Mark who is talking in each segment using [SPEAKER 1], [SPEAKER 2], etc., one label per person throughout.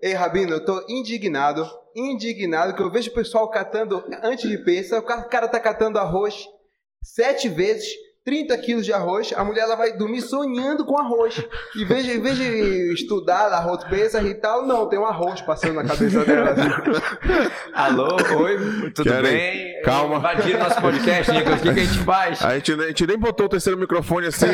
[SPEAKER 1] Ei, Rabino, eu tô indignado, indignado, que eu vejo o pessoal catando antes de peça, o ca- cara tá catando arroz sete vezes, 30 quilos de arroz, a mulher ela vai dormir sonhando com arroz. E veja, em vez de estudar arroz peça e tal, não, tem um arroz passando na cabeça dela. assim."
[SPEAKER 2] Alô, oi, tudo
[SPEAKER 3] Quero aí.
[SPEAKER 2] bem?
[SPEAKER 3] Calma.
[SPEAKER 2] Invadiram nosso podcast, Nicolas. O que, que a gente faz?
[SPEAKER 3] A gente, nem- a gente nem botou o terceiro microfone assim.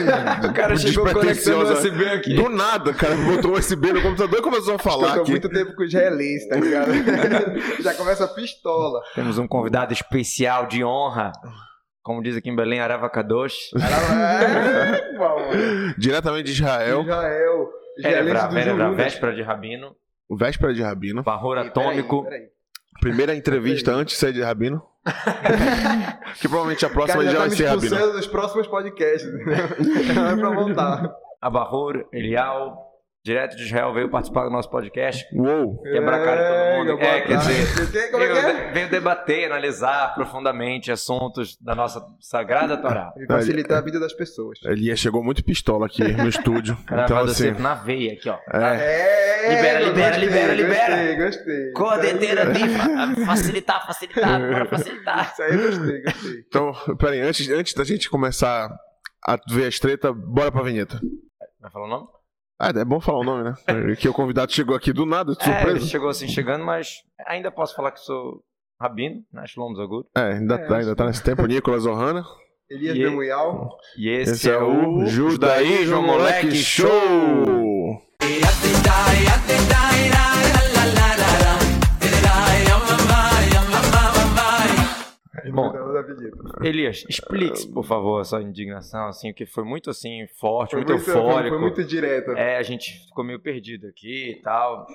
[SPEAKER 2] O cara chegou conectando o
[SPEAKER 3] despretensiosa.
[SPEAKER 2] USB aqui.
[SPEAKER 3] né? Do nada, cara, botou o USB no computador e começou a
[SPEAKER 1] Eu
[SPEAKER 3] falar
[SPEAKER 1] tô
[SPEAKER 3] aqui.
[SPEAKER 1] muito tempo com os relés, tá ligado? Já começa a pistola.
[SPEAKER 2] Temos um convidado especial de honra. Como diz aqui em Belém, Aravakadosh.
[SPEAKER 1] Ela é, igual, mano. é
[SPEAKER 3] Diretamente de Israel,
[SPEAKER 1] Israel.
[SPEAKER 2] Erebra,
[SPEAKER 1] gerente dos
[SPEAKER 2] Erebra,
[SPEAKER 1] Jurunas.
[SPEAKER 2] É véspera de Rabino.
[SPEAKER 3] véspera de Rabino.
[SPEAKER 2] Barro
[SPEAKER 1] Ei, peraí,
[SPEAKER 2] atômico.
[SPEAKER 1] peraí.
[SPEAKER 3] Primeira entrevista antes de ser de Rabino. que provavelmente a próxima já,
[SPEAKER 1] já
[SPEAKER 3] vai
[SPEAKER 1] tá
[SPEAKER 3] ser
[SPEAKER 1] me
[SPEAKER 3] Rabino.
[SPEAKER 1] expulsando dos próximos podcasts. Não é pra voltar.
[SPEAKER 2] Abahur, Elial, direto de Israel, veio participar do nosso podcast.
[SPEAKER 3] Uou!
[SPEAKER 2] Quebrar a cara de todo mundo.
[SPEAKER 1] Ega,
[SPEAKER 2] É,
[SPEAKER 1] boa
[SPEAKER 2] quer
[SPEAKER 1] tarde.
[SPEAKER 2] dizer,
[SPEAKER 1] Que- Como é
[SPEAKER 2] veio,
[SPEAKER 1] que é?
[SPEAKER 2] veio debater, analisar profundamente assuntos da nossa sagrada Torá.
[SPEAKER 1] E
[SPEAKER 2] é.
[SPEAKER 1] facilitar a vida das pessoas.
[SPEAKER 3] Ele chegou muito pistola aqui no estúdio. então,
[SPEAKER 2] Gravado
[SPEAKER 3] assim.
[SPEAKER 2] sempre na veia aqui, ó.
[SPEAKER 3] É,
[SPEAKER 1] É,
[SPEAKER 2] Libera,
[SPEAKER 1] eu
[SPEAKER 2] libera,
[SPEAKER 1] gostei,
[SPEAKER 2] libera, libera.
[SPEAKER 1] Gostei, gostei.
[SPEAKER 2] Cordeteira de facilitar, facilitar, para facilitar.
[SPEAKER 1] Isso aí eu gostei, gostei.
[SPEAKER 3] então, peraí, antes, antes da gente começar a ver as treta, bora pra vinheta.
[SPEAKER 2] Vai falar o nome?
[SPEAKER 3] Ah, é bom falar o nome, né? Que o convidado chegou aqui do nada, de
[SPEAKER 2] É, ele
[SPEAKER 3] surpresa.
[SPEAKER 2] chegou assim chegando, mas ainda posso falar que sou rabino, né? Shalom Zagut.
[SPEAKER 3] É, ainda, tá, ainda tá nesse tempo, Nicolas Ohana.
[SPEAKER 1] Elias
[SPEAKER 2] E-
[SPEAKER 1] Demunhal.
[SPEAKER 2] E esse, é, o Judaísmo Moleque Show!
[SPEAKER 3] Show!
[SPEAKER 2] Bom.
[SPEAKER 1] Da vinheta.
[SPEAKER 2] Elias, explique, por favor, essa indignação, assim, que foi muito, assim, forte,
[SPEAKER 1] Foi
[SPEAKER 2] muito,
[SPEAKER 1] muito,
[SPEAKER 2] eufórico.
[SPEAKER 1] foi muito direto.
[SPEAKER 2] É, a gente ficou meio perdido aqui e tal.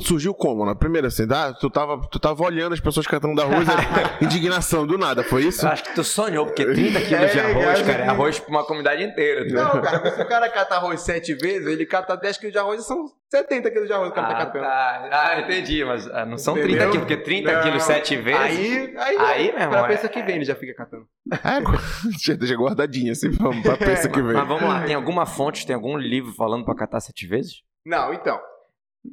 [SPEAKER 3] Surgiu como? Na primeira, assim, ah, tu, tava, tu tava olhando as pessoas cantando da rua, era indignação, do nada, foi isso?
[SPEAKER 2] Eu acho que tu sonhou, porque 30 quilos de
[SPEAKER 1] É,
[SPEAKER 2] arroz,
[SPEAKER 1] cara,
[SPEAKER 2] cara, é
[SPEAKER 1] que-
[SPEAKER 2] arroz pra uma comunidade inteira. tu-
[SPEAKER 1] Não, cara, mas se o cara cata arroz sete vezes, ele cata 10 quilos de arroz e são 70 quilos de arroz que o cara
[SPEAKER 2] Ah,
[SPEAKER 1] tá catando.
[SPEAKER 2] tá. Ah, entendi, mas ah, não são 30
[SPEAKER 1] Entendeu?
[SPEAKER 2] quilos, porque 30
[SPEAKER 1] Não.
[SPEAKER 2] quilos sete vezes.
[SPEAKER 1] Aí, aí,
[SPEAKER 2] Aí, meu irmão,
[SPEAKER 1] Pra
[SPEAKER 2] é-
[SPEAKER 1] pensa que vem, ele já fica catando.
[SPEAKER 3] É, já deixa guardadinha, assim, pra, pra pensa que vem.
[SPEAKER 2] Mas vamos lá, tem alguma fonte, tem algum livro falando pra catar sete vezes?
[SPEAKER 1] Não, então.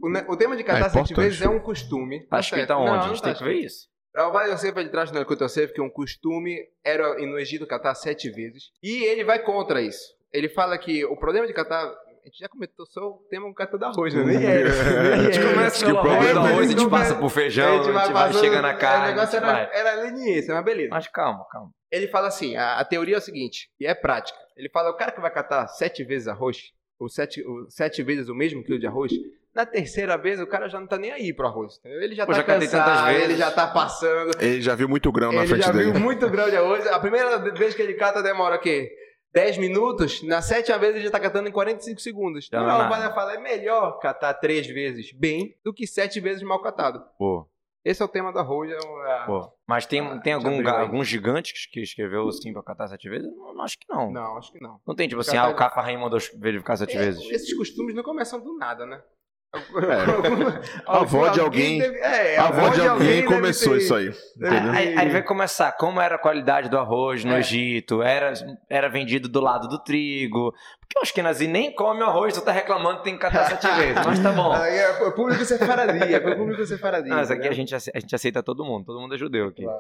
[SPEAKER 1] O, ne- o tema de catar
[SPEAKER 3] É
[SPEAKER 1] sete
[SPEAKER 3] importante.
[SPEAKER 1] vezes é um costume.
[SPEAKER 2] Tá
[SPEAKER 1] certo.
[SPEAKER 2] escrito aonde?
[SPEAKER 1] Não,
[SPEAKER 2] a
[SPEAKER 1] não
[SPEAKER 2] gente
[SPEAKER 1] tá
[SPEAKER 2] tem que ver isso.
[SPEAKER 1] Vai sempre de trás no Encotosef que um costume era no Egito catar sete vezes. E ele vai contra isso. Ele fala que o problema de catar. A gente já comentou só o tema um catar da arroz, né? Nem é isso.
[SPEAKER 2] A
[SPEAKER 1] Nem
[SPEAKER 2] gente
[SPEAKER 1] é isso.
[SPEAKER 2] começa pelo
[SPEAKER 3] que o
[SPEAKER 2] arroz, do
[SPEAKER 3] problema-
[SPEAKER 2] arroz, a gente
[SPEAKER 1] Então,
[SPEAKER 2] passa
[SPEAKER 1] é-
[SPEAKER 2] pro feijão, a gente vai,
[SPEAKER 1] passando-
[SPEAKER 2] chega na carne.
[SPEAKER 1] é, O um negócio
[SPEAKER 2] a gente vai.
[SPEAKER 1] era, era leniência, mas beleza.
[SPEAKER 2] Mas calma, calma.
[SPEAKER 1] Ele fala assim: a, a teoria é o seguinte, e é prática. Ele fala: o cara que vai catar sete vezes arroz, ou sete, ou sete vezes o mesmo quilo de arroz, na terceira vez o cara já não tá nem aí pro arroz. entendeu? Ele já
[SPEAKER 2] Pô,
[SPEAKER 1] tá
[SPEAKER 2] já catei tantas
[SPEAKER 1] cansado,
[SPEAKER 2] vezes.
[SPEAKER 1] ele já tá passando,
[SPEAKER 3] Ele já viu muito grão na
[SPEAKER 1] ele
[SPEAKER 3] frente
[SPEAKER 1] já
[SPEAKER 3] dele.
[SPEAKER 1] viu muito grão de arroz. A primeira vez que ele cata demora o quê? 10 minutos, na sétima vez ele já tá catando em 45 segundos.
[SPEAKER 2] Já
[SPEAKER 1] Então
[SPEAKER 2] não é
[SPEAKER 1] não,
[SPEAKER 2] nada.
[SPEAKER 1] vai falar, é melhor catar três vezes bem do que sete vezes mal catado.
[SPEAKER 2] Pô,
[SPEAKER 1] Esse é o tema do arroz. É uma...
[SPEAKER 2] pô. Mas tem, tem
[SPEAKER 1] Ah,
[SPEAKER 2] algum,
[SPEAKER 1] abriu
[SPEAKER 2] ga-
[SPEAKER 1] aí.
[SPEAKER 2] algum gigante que- que escreveu assim pra catar sete vezes? Não, não acho que não. não.
[SPEAKER 1] Não, acho que não.
[SPEAKER 2] tem, tipo assim,
[SPEAKER 1] Catar-
[SPEAKER 2] ah, o Cafa Raim mandou verificar sete
[SPEAKER 1] É,
[SPEAKER 2] vezes.
[SPEAKER 1] Esses costumes não começam do nada, né?
[SPEAKER 3] É. A avó de alguém-
[SPEAKER 1] deve- é,
[SPEAKER 3] A avó de alguém
[SPEAKER 1] deve
[SPEAKER 3] começou
[SPEAKER 1] ter-
[SPEAKER 3] isso aí.
[SPEAKER 1] deve
[SPEAKER 3] entendeu?
[SPEAKER 1] ter-
[SPEAKER 2] Aí, aí vai começar, como era a qualidade do arroz no
[SPEAKER 1] É.
[SPEAKER 2] Egito, era, era vendido do lado do trigo. Porque o Ashkenazi nem come o arroz, tu tá reclamando que tem que catar sete vezes. Mas tá bom.
[SPEAKER 1] Aí é o público sefaradinha, foi público sefaradinha.
[SPEAKER 2] Não, mas Ah, aqui
[SPEAKER 1] né?
[SPEAKER 2] a gente, ace- a gente aceita todo mundo, todo mundo é judeu aqui.
[SPEAKER 1] Claro.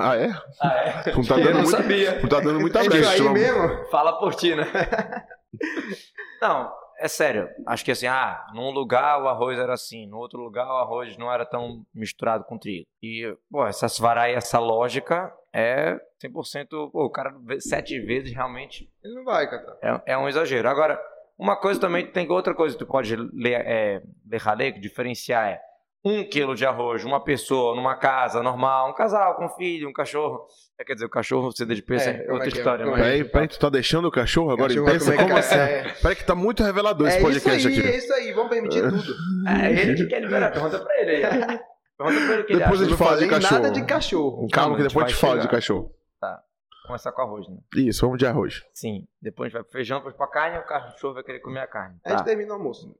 [SPEAKER 3] Ah, é?
[SPEAKER 2] Ah, é?
[SPEAKER 3] Não tá
[SPEAKER 2] Eu
[SPEAKER 3] dando
[SPEAKER 2] não
[SPEAKER 3] muito,
[SPEAKER 2] sabia.
[SPEAKER 3] não tá dando muita
[SPEAKER 1] É Isso
[SPEAKER 3] brecha.
[SPEAKER 1] aí
[SPEAKER 3] vamos-
[SPEAKER 1] mesmo?
[SPEAKER 2] Fala por ti, né? Não, é sério. Acho que assim, ah, num lugar o arroz era assim, no outro lugar o arroz não era tão misturado com trigo. E, pô, essa svarai, essa lógica é 100%. Pô, o cara vê sete vezes realmente
[SPEAKER 1] Ele não vai, cara.
[SPEAKER 2] é, é um exagero. Agora, uma coisa também, tem outra coisa que tu pode ler, é, ler ralé, que diferenciar é um quilo de arroz, uma pessoa numa casa normal, um casal com um filho, um cachorro. É, quer dizer, o cachorro, você de peso,
[SPEAKER 1] É,
[SPEAKER 2] é,
[SPEAKER 1] como é
[SPEAKER 2] outra
[SPEAKER 1] que é?
[SPEAKER 2] história.
[SPEAKER 1] Como
[SPEAKER 2] mas-
[SPEAKER 3] Peraí, peraí, tu tá deixando o cachorro agora
[SPEAKER 1] Cachorro
[SPEAKER 3] em
[SPEAKER 1] vai
[SPEAKER 3] pensa?
[SPEAKER 1] comer
[SPEAKER 3] Como assim?
[SPEAKER 1] ca-
[SPEAKER 3] Peraí que tá muito revelador
[SPEAKER 1] É,
[SPEAKER 3] esse
[SPEAKER 1] é isso
[SPEAKER 3] podcast
[SPEAKER 1] aí,
[SPEAKER 3] aqui.
[SPEAKER 1] é isso aí. Vamos permitir tudo.
[SPEAKER 2] É ele que quer liberar. Pergunta pra ele aí. Pergunta pra ele o que ele
[SPEAKER 3] Depois
[SPEAKER 2] acha.
[SPEAKER 3] a gente fala de
[SPEAKER 1] Falei nada
[SPEAKER 3] cachorro.
[SPEAKER 1] de cachorro.
[SPEAKER 3] Um Calma,
[SPEAKER 2] Não,
[SPEAKER 3] que
[SPEAKER 2] a gente
[SPEAKER 3] depois a
[SPEAKER 2] vai
[SPEAKER 3] gente fala de
[SPEAKER 2] chegar.
[SPEAKER 3] cachorro.
[SPEAKER 2] Começar com arroz, né?
[SPEAKER 3] Isso, vamos de arroz.
[SPEAKER 2] Sim. Depois a gente vai pro feijão, depois pra carne, o cachorro vai querer comer a carne.
[SPEAKER 1] A gente
[SPEAKER 3] Ah.
[SPEAKER 2] Tá.
[SPEAKER 1] termina o almoço.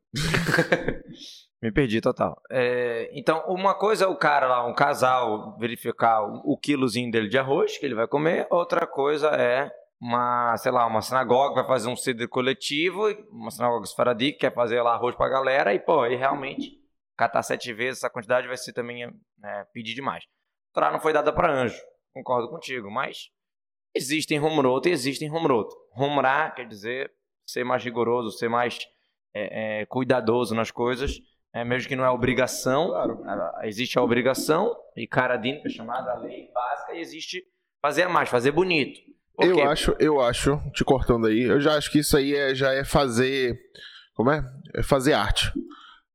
[SPEAKER 2] Me perdi total. É, então, uma coisa é o cara lá, um casal, verificar o, o quilozinho dele de arroz que ele vai comer. Outra coisa é uma, sei lá, uma sinagoga vai fazer um ceder coletivo, uma sinagoga sefaradi que quer fazer lá arroz pra galera, e pô, aí realmente catar sete vezes essa quantidade vai ser também é, pedir demais. Torá não foi dada para anjo, concordo contigo, mas existem romroto e existem romroto. Romrar quer dizer ser mais rigoroso, ser mais é, é, cuidadoso nas coisas, é, mesmo que não é obrigação. Ah, Existe a obrigação, e caradim, que é chamada a lei básica, e existe fazer a mais, fazer bonito. Por quê?
[SPEAKER 3] Eu acho, eu acho, te cortando aí, eu já acho que isso aí é- já é fazer. Como é? É fazer arte.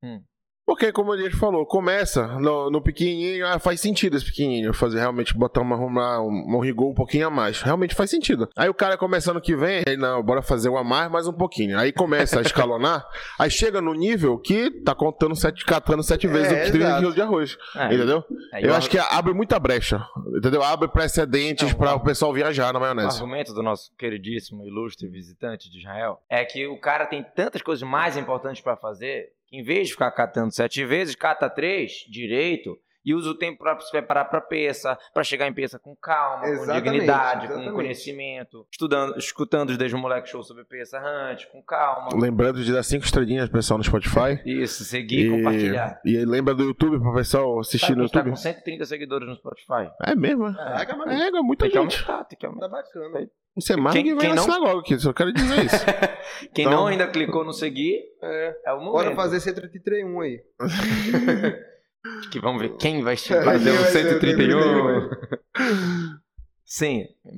[SPEAKER 2] Hum.
[SPEAKER 3] Porque, como ele falou, começa no, no pequenininho, ah, faz sentido esse pequenininho, fazer realmente botar uma, uma, um, um rigor um pouquinho a mais. Realmente faz sentido. Aí o cara começando que vem, aí, não, bora fazer o a mais, mais um pouquinho. Aí começa a escalonar, aí chega no nível que tá contando sete, catando sete vezes
[SPEAKER 1] É,
[SPEAKER 3] o 30
[SPEAKER 1] exato.
[SPEAKER 3] quilos de arroz.
[SPEAKER 2] É,
[SPEAKER 3] Entendeu?
[SPEAKER 2] é, e
[SPEAKER 3] Eu
[SPEAKER 2] o
[SPEAKER 3] acho que abre muita brecha, entendeu? Abre precedentes
[SPEAKER 2] Não,
[SPEAKER 3] pra
[SPEAKER 2] não.
[SPEAKER 3] o pessoal viajar na
[SPEAKER 2] O
[SPEAKER 3] maionese.
[SPEAKER 2] argumento do nosso queridíssimo, ilustre visitante de Israel é que o cara tem tantas coisas mais importantes para fazer que, em vez de ficar catando sete vezes, cata três direito e usa o tempo para se preparar para peça, para chegar em peça com calma,
[SPEAKER 1] Exatamente,
[SPEAKER 2] com dignidade,
[SPEAKER 1] exatamente.
[SPEAKER 2] com conhecimento, estudando, escutando os Desde Moleque Show sobre peça antes, com calma.
[SPEAKER 3] Lembrando de dar cinco estrelinhas pro pessoal no Spotify.
[SPEAKER 2] Isso, seguir e compartilhar.
[SPEAKER 3] E aí lembra do YouTube pro pessoal assistir
[SPEAKER 2] Sabe que a
[SPEAKER 3] no
[SPEAKER 2] gente tá
[SPEAKER 3] YouTube.
[SPEAKER 2] com 130 seguidores no Spotify.
[SPEAKER 3] É mesmo, é?
[SPEAKER 1] Caraca, mano.
[SPEAKER 3] É, é muita
[SPEAKER 2] Tem que
[SPEAKER 3] gente.
[SPEAKER 2] aumentar, tem que aumentar.
[SPEAKER 1] Tá bacana.
[SPEAKER 3] Você mais
[SPEAKER 2] Quem-
[SPEAKER 3] que vem
[SPEAKER 2] quem
[SPEAKER 3] na
[SPEAKER 2] não-
[SPEAKER 3] sinagoga aqui, só quero dizer isso.
[SPEAKER 2] Quem
[SPEAKER 3] Então-
[SPEAKER 2] não ainda clicou no seguir,
[SPEAKER 1] É.
[SPEAKER 2] é o momento.
[SPEAKER 1] Bora fazer 131 aí.
[SPEAKER 2] Que vamos ver É. quem vai chegar
[SPEAKER 1] Quem
[SPEAKER 2] no
[SPEAKER 1] vai ser o
[SPEAKER 2] 131. Sim, É.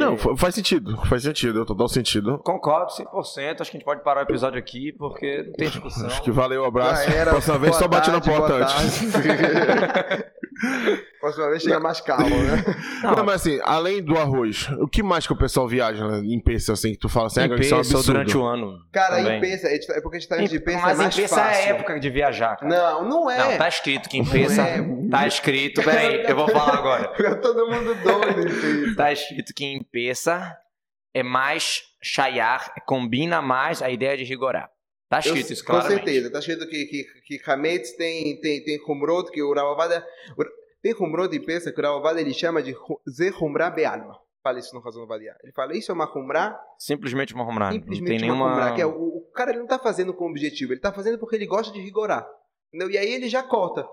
[SPEAKER 3] não, fa- faz sentido, faz sentido, eu total sentido.
[SPEAKER 2] concordo 100%. Acho que a gente pode parar o episódio aqui porque não tem discussão.
[SPEAKER 3] Acho que valeu, abraço.
[SPEAKER 1] Já era.
[SPEAKER 3] Próxima vez só
[SPEAKER 1] Boa
[SPEAKER 3] bate na
[SPEAKER 1] tarde,
[SPEAKER 3] porta
[SPEAKER 1] boa
[SPEAKER 3] antes.
[SPEAKER 1] tarde. Próxima vez chega mais calmo, né?
[SPEAKER 3] Não, mas assim, além do arroz, o que mais que o pessoal viaja né, em peso, assim, que tu fala assim,
[SPEAKER 2] Em
[SPEAKER 3] ah, isso é um
[SPEAKER 2] peso
[SPEAKER 3] absurdo.
[SPEAKER 2] durante o ano.
[SPEAKER 1] Cara,
[SPEAKER 2] também.
[SPEAKER 1] em peça, é tipo- é porque a gente tá indo de
[SPEAKER 2] Em-
[SPEAKER 1] peça, é
[SPEAKER 2] Então, Mas
[SPEAKER 1] mais
[SPEAKER 2] em peça
[SPEAKER 1] fácil.
[SPEAKER 2] é época de viajar, cara.
[SPEAKER 1] Não, não é.
[SPEAKER 2] Não, tá escrito que em peça.
[SPEAKER 1] é.
[SPEAKER 2] Tá escrito, peraí, eu vou falar agora.
[SPEAKER 1] Fica todo mundo doido em peça.
[SPEAKER 2] Tá escrito que em peça é mais chaiar, combina mais a ideia de rigorar. Tá
[SPEAKER 1] Eu-
[SPEAKER 2] escrito isso,
[SPEAKER 1] com
[SPEAKER 2] claramente.
[SPEAKER 1] certeza, tá escrito que, que, que Hametz tem, tem, tem Humrod, que o Ravavada. Tem Humrod em peça que o Ravavada ele chama de Hu- Ze Humrá Bealma. Fala isso no Razão Vadia. Ele fala, isso é uma Humrá
[SPEAKER 2] Simplesmente uma romrada. Não tem
[SPEAKER 1] simplesmente uma
[SPEAKER 2] nenhuma.
[SPEAKER 1] comprar, que é, o, o cara ele não tá fazendo com objetivo, ele tá fazendo porque ele gosta de rigorar. Entendeu? E aí ele já corta.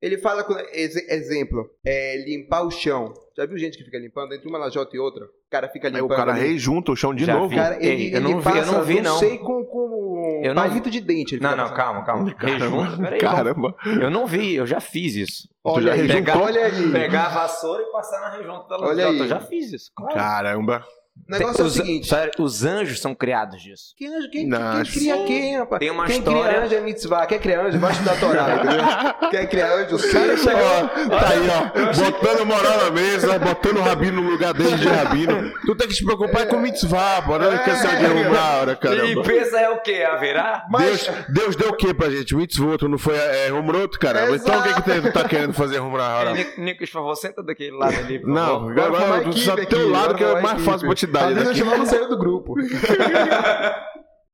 [SPEAKER 1] Ele fala, com, ex- exemplo, é, limpar o chão. Já viu gente que fica limpando entre uma lajota e outra? O cara fica
[SPEAKER 3] Aí
[SPEAKER 1] limpando.
[SPEAKER 3] o cara
[SPEAKER 1] ali.
[SPEAKER 3] rejunta o chão de
[SPEAKER 2] Já
[SPEAKER 3] novo.
[SPEAKER 1] O cara,
[SPEAKER 2] Ei,
[SPEAKER 1] ele,
[SPEAKER 2] eu não
[SPEAKER 1] ele
[SPEAKER 2] vi- eu
[SPEAKER 1] passa,
[SPEAKER 2] não vi, não.
[SPEAKER 1] sei com, com
[SPEAKER 2] Eu não-
[SPEAKER 1] palito de dente. ele
[SPEAKER 2] Não,
[SPEAKER 1] fica
[SPEAKER 2] não,
[SPEAKER 1] passando.
[SPEAKER 2] calma, calma. Rejunta, tá peraí.
[SPEAKER 3] Caramba.
[SPEAKER 2] Eu não vi, eu já fiz isso.
[SPEAKER 3] Tu já
[SPEAKER 1] Olha aí,
[SPEAKER 2] rejuntou?
[SPEAKER 1] olha aí.
[SPEAKER 2] Pegar a vassoura e passar na rejunta da
[SPEAKER 1] Olha
[SPEAKER 2] lajota.
[SPEAKER 1] aí.
[SPEAKER 2] Eu já fiz isso. claro.
[SPEAKER 3] Caramba.
[SPEAKER 1] O negócio é o
[SPEAKER 2] Os-
[SPEAKER 1] seguinte.
[SPEAKER 2] sério, os anjos são criados disso.
[SPEAKER 1] Quem, anjo, quem,
[SPEAKER 3] Nossa.
[SPEAKER 1] quem cria quem, rapaz?
[SPEAKER 2] Tem uma
[SPEAKER 1] quem
[SPEAKER 2] história-
[SPEAKER 1] cria anjo é mitzvah. Quer criar anjo, baixo da Torá, entendeu? Quer criar anjo, o cara chega
[SPEAKER 3] Ó, tá aí, ó. Botando moral na mesa, botando o rabino no lugar dele de rabino. Tu tem que se preocupar com o mitzvah, pô. Olha que essa de arrumar, hora,
[SPEAKER 2] E
[SPEAKER 3] caramba.
[SPEAKER 2] pensa é o quê? Haverá?
[SPEAKER 3] Deus, Deus deu o que pra gente? Mitzvot, não foi é, Romroto, caramba. Então o que, que tu tá querendo fazer rumrar hora?
[SPEAKER 2] Nic- Nicolas, por favor, senta daquele lado ali. por
[SPEAKER 3] Não,
[SPEAKER 2] favor.
[SPEAKER 1] Agora
[SPEAKER 3] agora
[SPEAKER 1] formar
[SPEAKER 3] eu
[SPEAKER 1] equipe
[SPEAKER 3] só
[SPEAKER 1] aqui,
[SPEAKER 3] teu lado
[SPEAKER 1] agora
[SPEAKER 3] que é
[SPEAKER 1] formar
[SPEAKER 3] mais
[SPEAKER 1] equipe. Tá
[SPEAKER 3] fácil pra te dar.
[SPEAKER 1] Às vezes a
[SPEAKER 3] daqui.
[SPEAKER 1] gente não saiu do grupo.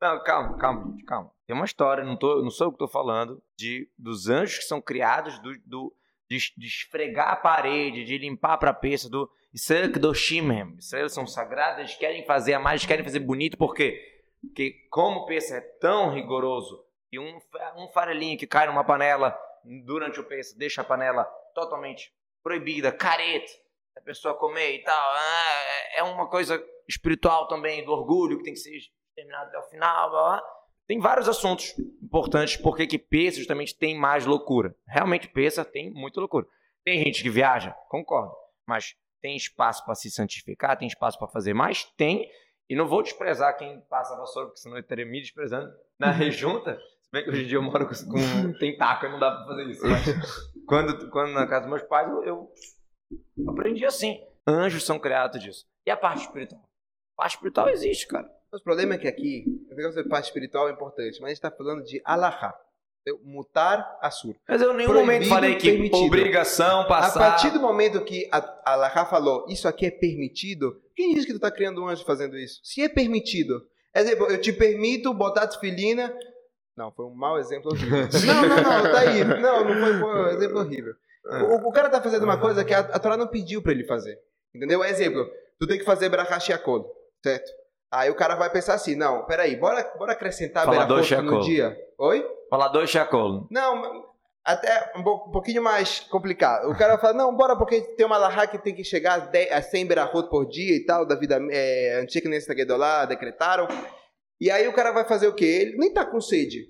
[SPEAKER 2] Não, calma, calma, gente, calma. Tem uma história, não, tô, não sou eu que tô falando, de, dos anjos que são criados, do, do- de, es- de esfregar a parede, de limpar a trapeça, do isso é Kedoshim mesmo. Isso aí são sagrados, eles querem fazer a mais, eles querem fazer bonito, por quê? Porque como o peça é tão rigoroso, e um, fa- um farelinho que cai numa panela durante o peça deixa a panela totalmente proibida, careta, a pessoa comer e tal, ah, é- é uma coisa espiritual também, do orgulho que tem que ser terminado até o final, blá, blá. Tem vários assuntos importantes porque que peça justamente tem mais loucura. Realmente peça tem muita loucura. Tem gente que viaja, concordo, mas tem espaço para se santificar, tem espaço para fazer mais, tem. E não vou desprezar quem passa a vassoura, porque senão eu estaria me desprezando na rejunta. Se bem que hoje em dia eu moro com, com tentáculo e não dá para fazer isso. Mas quando, quando na casa dos meus pais, eu, eu aprendi assim. Anjos são criados disso. E a parte espiritual? A parte espiritual existe, cara.
[SPEAKER 1] Mas o problema é que aqui, o negócio de parte espiritual é importante, mas a gente está falando de alahá, mutar assur.
[SPEAKER 2] Mas eu em nenhum
[SPEAKER 1] Proibido,
[SPEAKER 2] momento falei que
[SPEAKER 1] permitido.
[SPEAKER 2] obrigação
[SPEAKER 1] A
[SPEAKER 2] passar.
[SPEAKER 1] partir do momento que a alahá falou, isso aqui é permitido, quem diz que tu está criando um anjo fazendo isso? Se é permitido, exemplo, eu te permito botar tefilina... Não, foi um mau exemplo horrível. não, não, não, tá aí. Não, não foi, foi um exemplo horrível.
[SPEAKER 2] Ah.
[SPEAKER 1] O, o cara É tá fazendo uma coisa que a, a Torá não pediu pra ele fazer. Entendeu? Exemplo, tu tem que fazer brachá shiakol. certo? Aí o cara vai pensar assim, não, peraí, bora, bora acrescentar a
[SPEAKER 2] Falador
[SPEAKER 1] Belafonte no
[SPEAKER 2] Chacolo.
[SPEAKER 1] dia. Oi?
[SPEAKER 2] Falador Chacolo.
[SPEAKER 1] Não, até um po- um pouquinho mais complicado. O cara fala, não, bora, porque tem uma larra que tem que chegar a, 10, a 100 beirarroto por dia e tal, da vida é, antiga nesse taguedo lá, decretaram. E aí o cara vai fazer o quê? Ele nem tá com sede.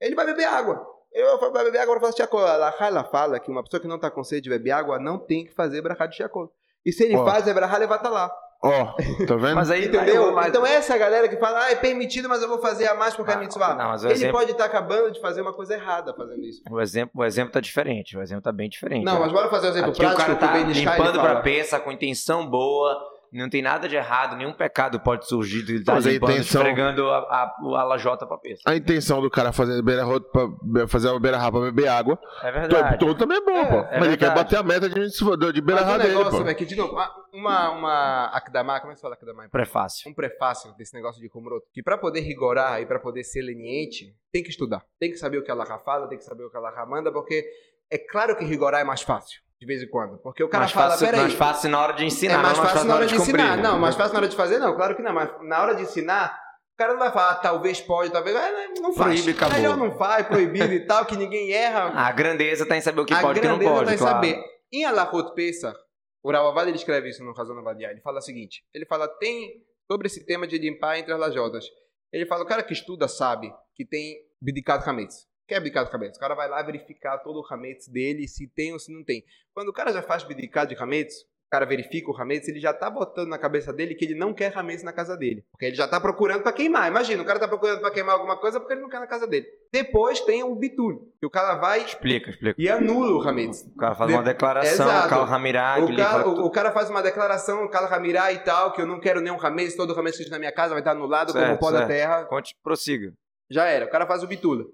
[SPEAKER 1] Ele vai beber água. Eu vou beber água, eu falo, Tiacola, a larra, ela fala que uma pessoa que não tá com sede bebe água não tem que fazer brahá de Tiacola. E se ele
[SPEAKER 3] Ó.
[SPEAKER 1] faz, é brahá levata lá.
[SPEAKER 3] Ó, tá vendo?
[SPEAKER 2] Mas aí
[SPEAKER 1] Entendeu?
[SPEAKER 2] aí, mas-
[SPEAKER 1] Então essa galera que fala, ah, é permitido, mas eu vou fazer a mais porque é
[SPEAKER 2] Ah,
[SPEAKER 1] mitzvah.
[SPEAKER 2] não, mas o
[SPEAKER 1] Ele
[SPEAKER 2] exemplo-
[SPEAKER 1] pode estar acabando de fazer uma coisa errada fazendo isso.
[SPEAKER 2] O exemplo, o exemplo tá diferente. O exemplo tá bem diferente.
[SPEAKER 1] é- Não,
[SPEAKER 2] né?
[SPEAKER 1] mas bora fazer um exemplo
[SPEAKER 2] Aqui o
[SPEAKER 1] prático.
[SPEAKER 2] cara tá
[SPEAKER 1] que o Ben Stein
[SPEAKER 2] limpando
[SPEAKER 1] fala.
[SPEAKER 2] pra pensa com intenção boa. Não tem nada de errado, nenhum pecado pode surgir de estar
[SPEAKER 3] Mas a
[SPEAKER 2] limpando,
[SPEAKER 3] intenção-
[SPEAKER 2] esfregando a, a, a lajota pra pensa.
[SPEAKER 3] A intenção do cara fazer beira pra, be- fazer uma beira pra beber água,
[SPEAKER 2] É
[SPEAKER 3] todo,
[SPEAKER 2] verdade.
[SPEAKER 3] todo também é bom, pô. Mas ele quer
[SPEAKER 2] verdade.
[SPEAKER 3] bater a meta de, de, de beira
[SPEAKER 1] Mas um
[SPEAKER 3] dele,
[SPEAKER 1] negócio,
[SPEAKER 3] pô.
[SPEAKER 1] velho, que de novo, uma- uma, uma Akdamá, como é que fala Akdamá? em
[SPEAKER 2] Prefácio.
[SPEAKER 1] um prefácio desse negócio de Kumroto, que para poder rigorar e para poder ser leniente, tem que estudar. Tem que saber o que a Laha fala, tem que saber o que a Laha manda, porque é claro que rigorar é mais fácil, de vez em quando. Porque o cara
[SPEAKER 2] mais,
[SPEAKER 1] fala,
[SPEAKER 2] fácil,
[SPEAKER 1] peraí,
[SPEAKER 2] mais fácil na hora de ensinar,
[SPEAKER 1] é
[SPEAKER 2] não
[SPEAKER 1] mais fácil na hora de ensinar.
[SPEAKER 2] cumprir.
[SPEAKER 1] Não, mais fácil na hora de fazer, não, claro que não. Mas na hora de ensinar, o cara não vai falar, "Ah, talvez pode, talvez... ah, Não faz.
[SPEAKER 2] Proíbe, acabou.
[SPEAKER 1] Melhor não vai, proibido e tal, que ninguém erra
[SPEAKER 2] A grandeza tá em saber o que
[SPEAKER 1] a
[SPEAKER 2] pode e o que não
[SPEAKER 1] grandeza
[SPEAKER 2] pode,
[SPEAKER 1] vai
[SPEAKER 2] claro.
[SPEAKER 1] saber. Em Alahut Pesach, o Ravavad ele escreve isso no Razão Avadiá. Ele fala o seguinte: ele fala, tem sobre esse tema de limpar entre as lajotas. Ele fala, o cara que estuda sabe que tem bidicado hametz. O que é bidicado hametz? O cara vai lá verificar todo o hametz dele, se tem ou se não tem. Quando o cara já faz bidicado de hametz, o cara verifica o hametz, ele já tá botando na cabeça dele que ele não quer hametz na casa dele. Porque ele já tá procurando pra queimar. Imagina, o cara tá procurando pra queimar alguma coisa porque ele não quer na casa dele. Depois tem o bitul, que o cara vai
[SPEAKER 2] Explica, explica.
[SPEAKER 1] e anula o hametz.
[SPEAKER 2] O cara faz
[SPEAKER 1] De-
[SPEAKER 2] uma declaração,
[SPEAKER 1] Exato.
[SPEAKER 2] o Carl Hamirag,
[SPEAKER 1] O
[SPEAKER 2] ele
[SPEAKER 1] cara,
[SPEAKER 2] fala
[SPEAKER 1] o- o cara faz uma declaração, o cara Ramirá e tal, que eu não quero nenhum ramês, todo ramês que esteja na minha casa vai estar anulado como o
[SPEAKER 2] Certo,
[SPEAKER 1] pó da
[SPEAKER 2] certo.
[SPEAKER 1] terra.
[SPEAKER 2] Conte, prossiga.
[SPEAKER 1] Já era, o cara faz o bitula.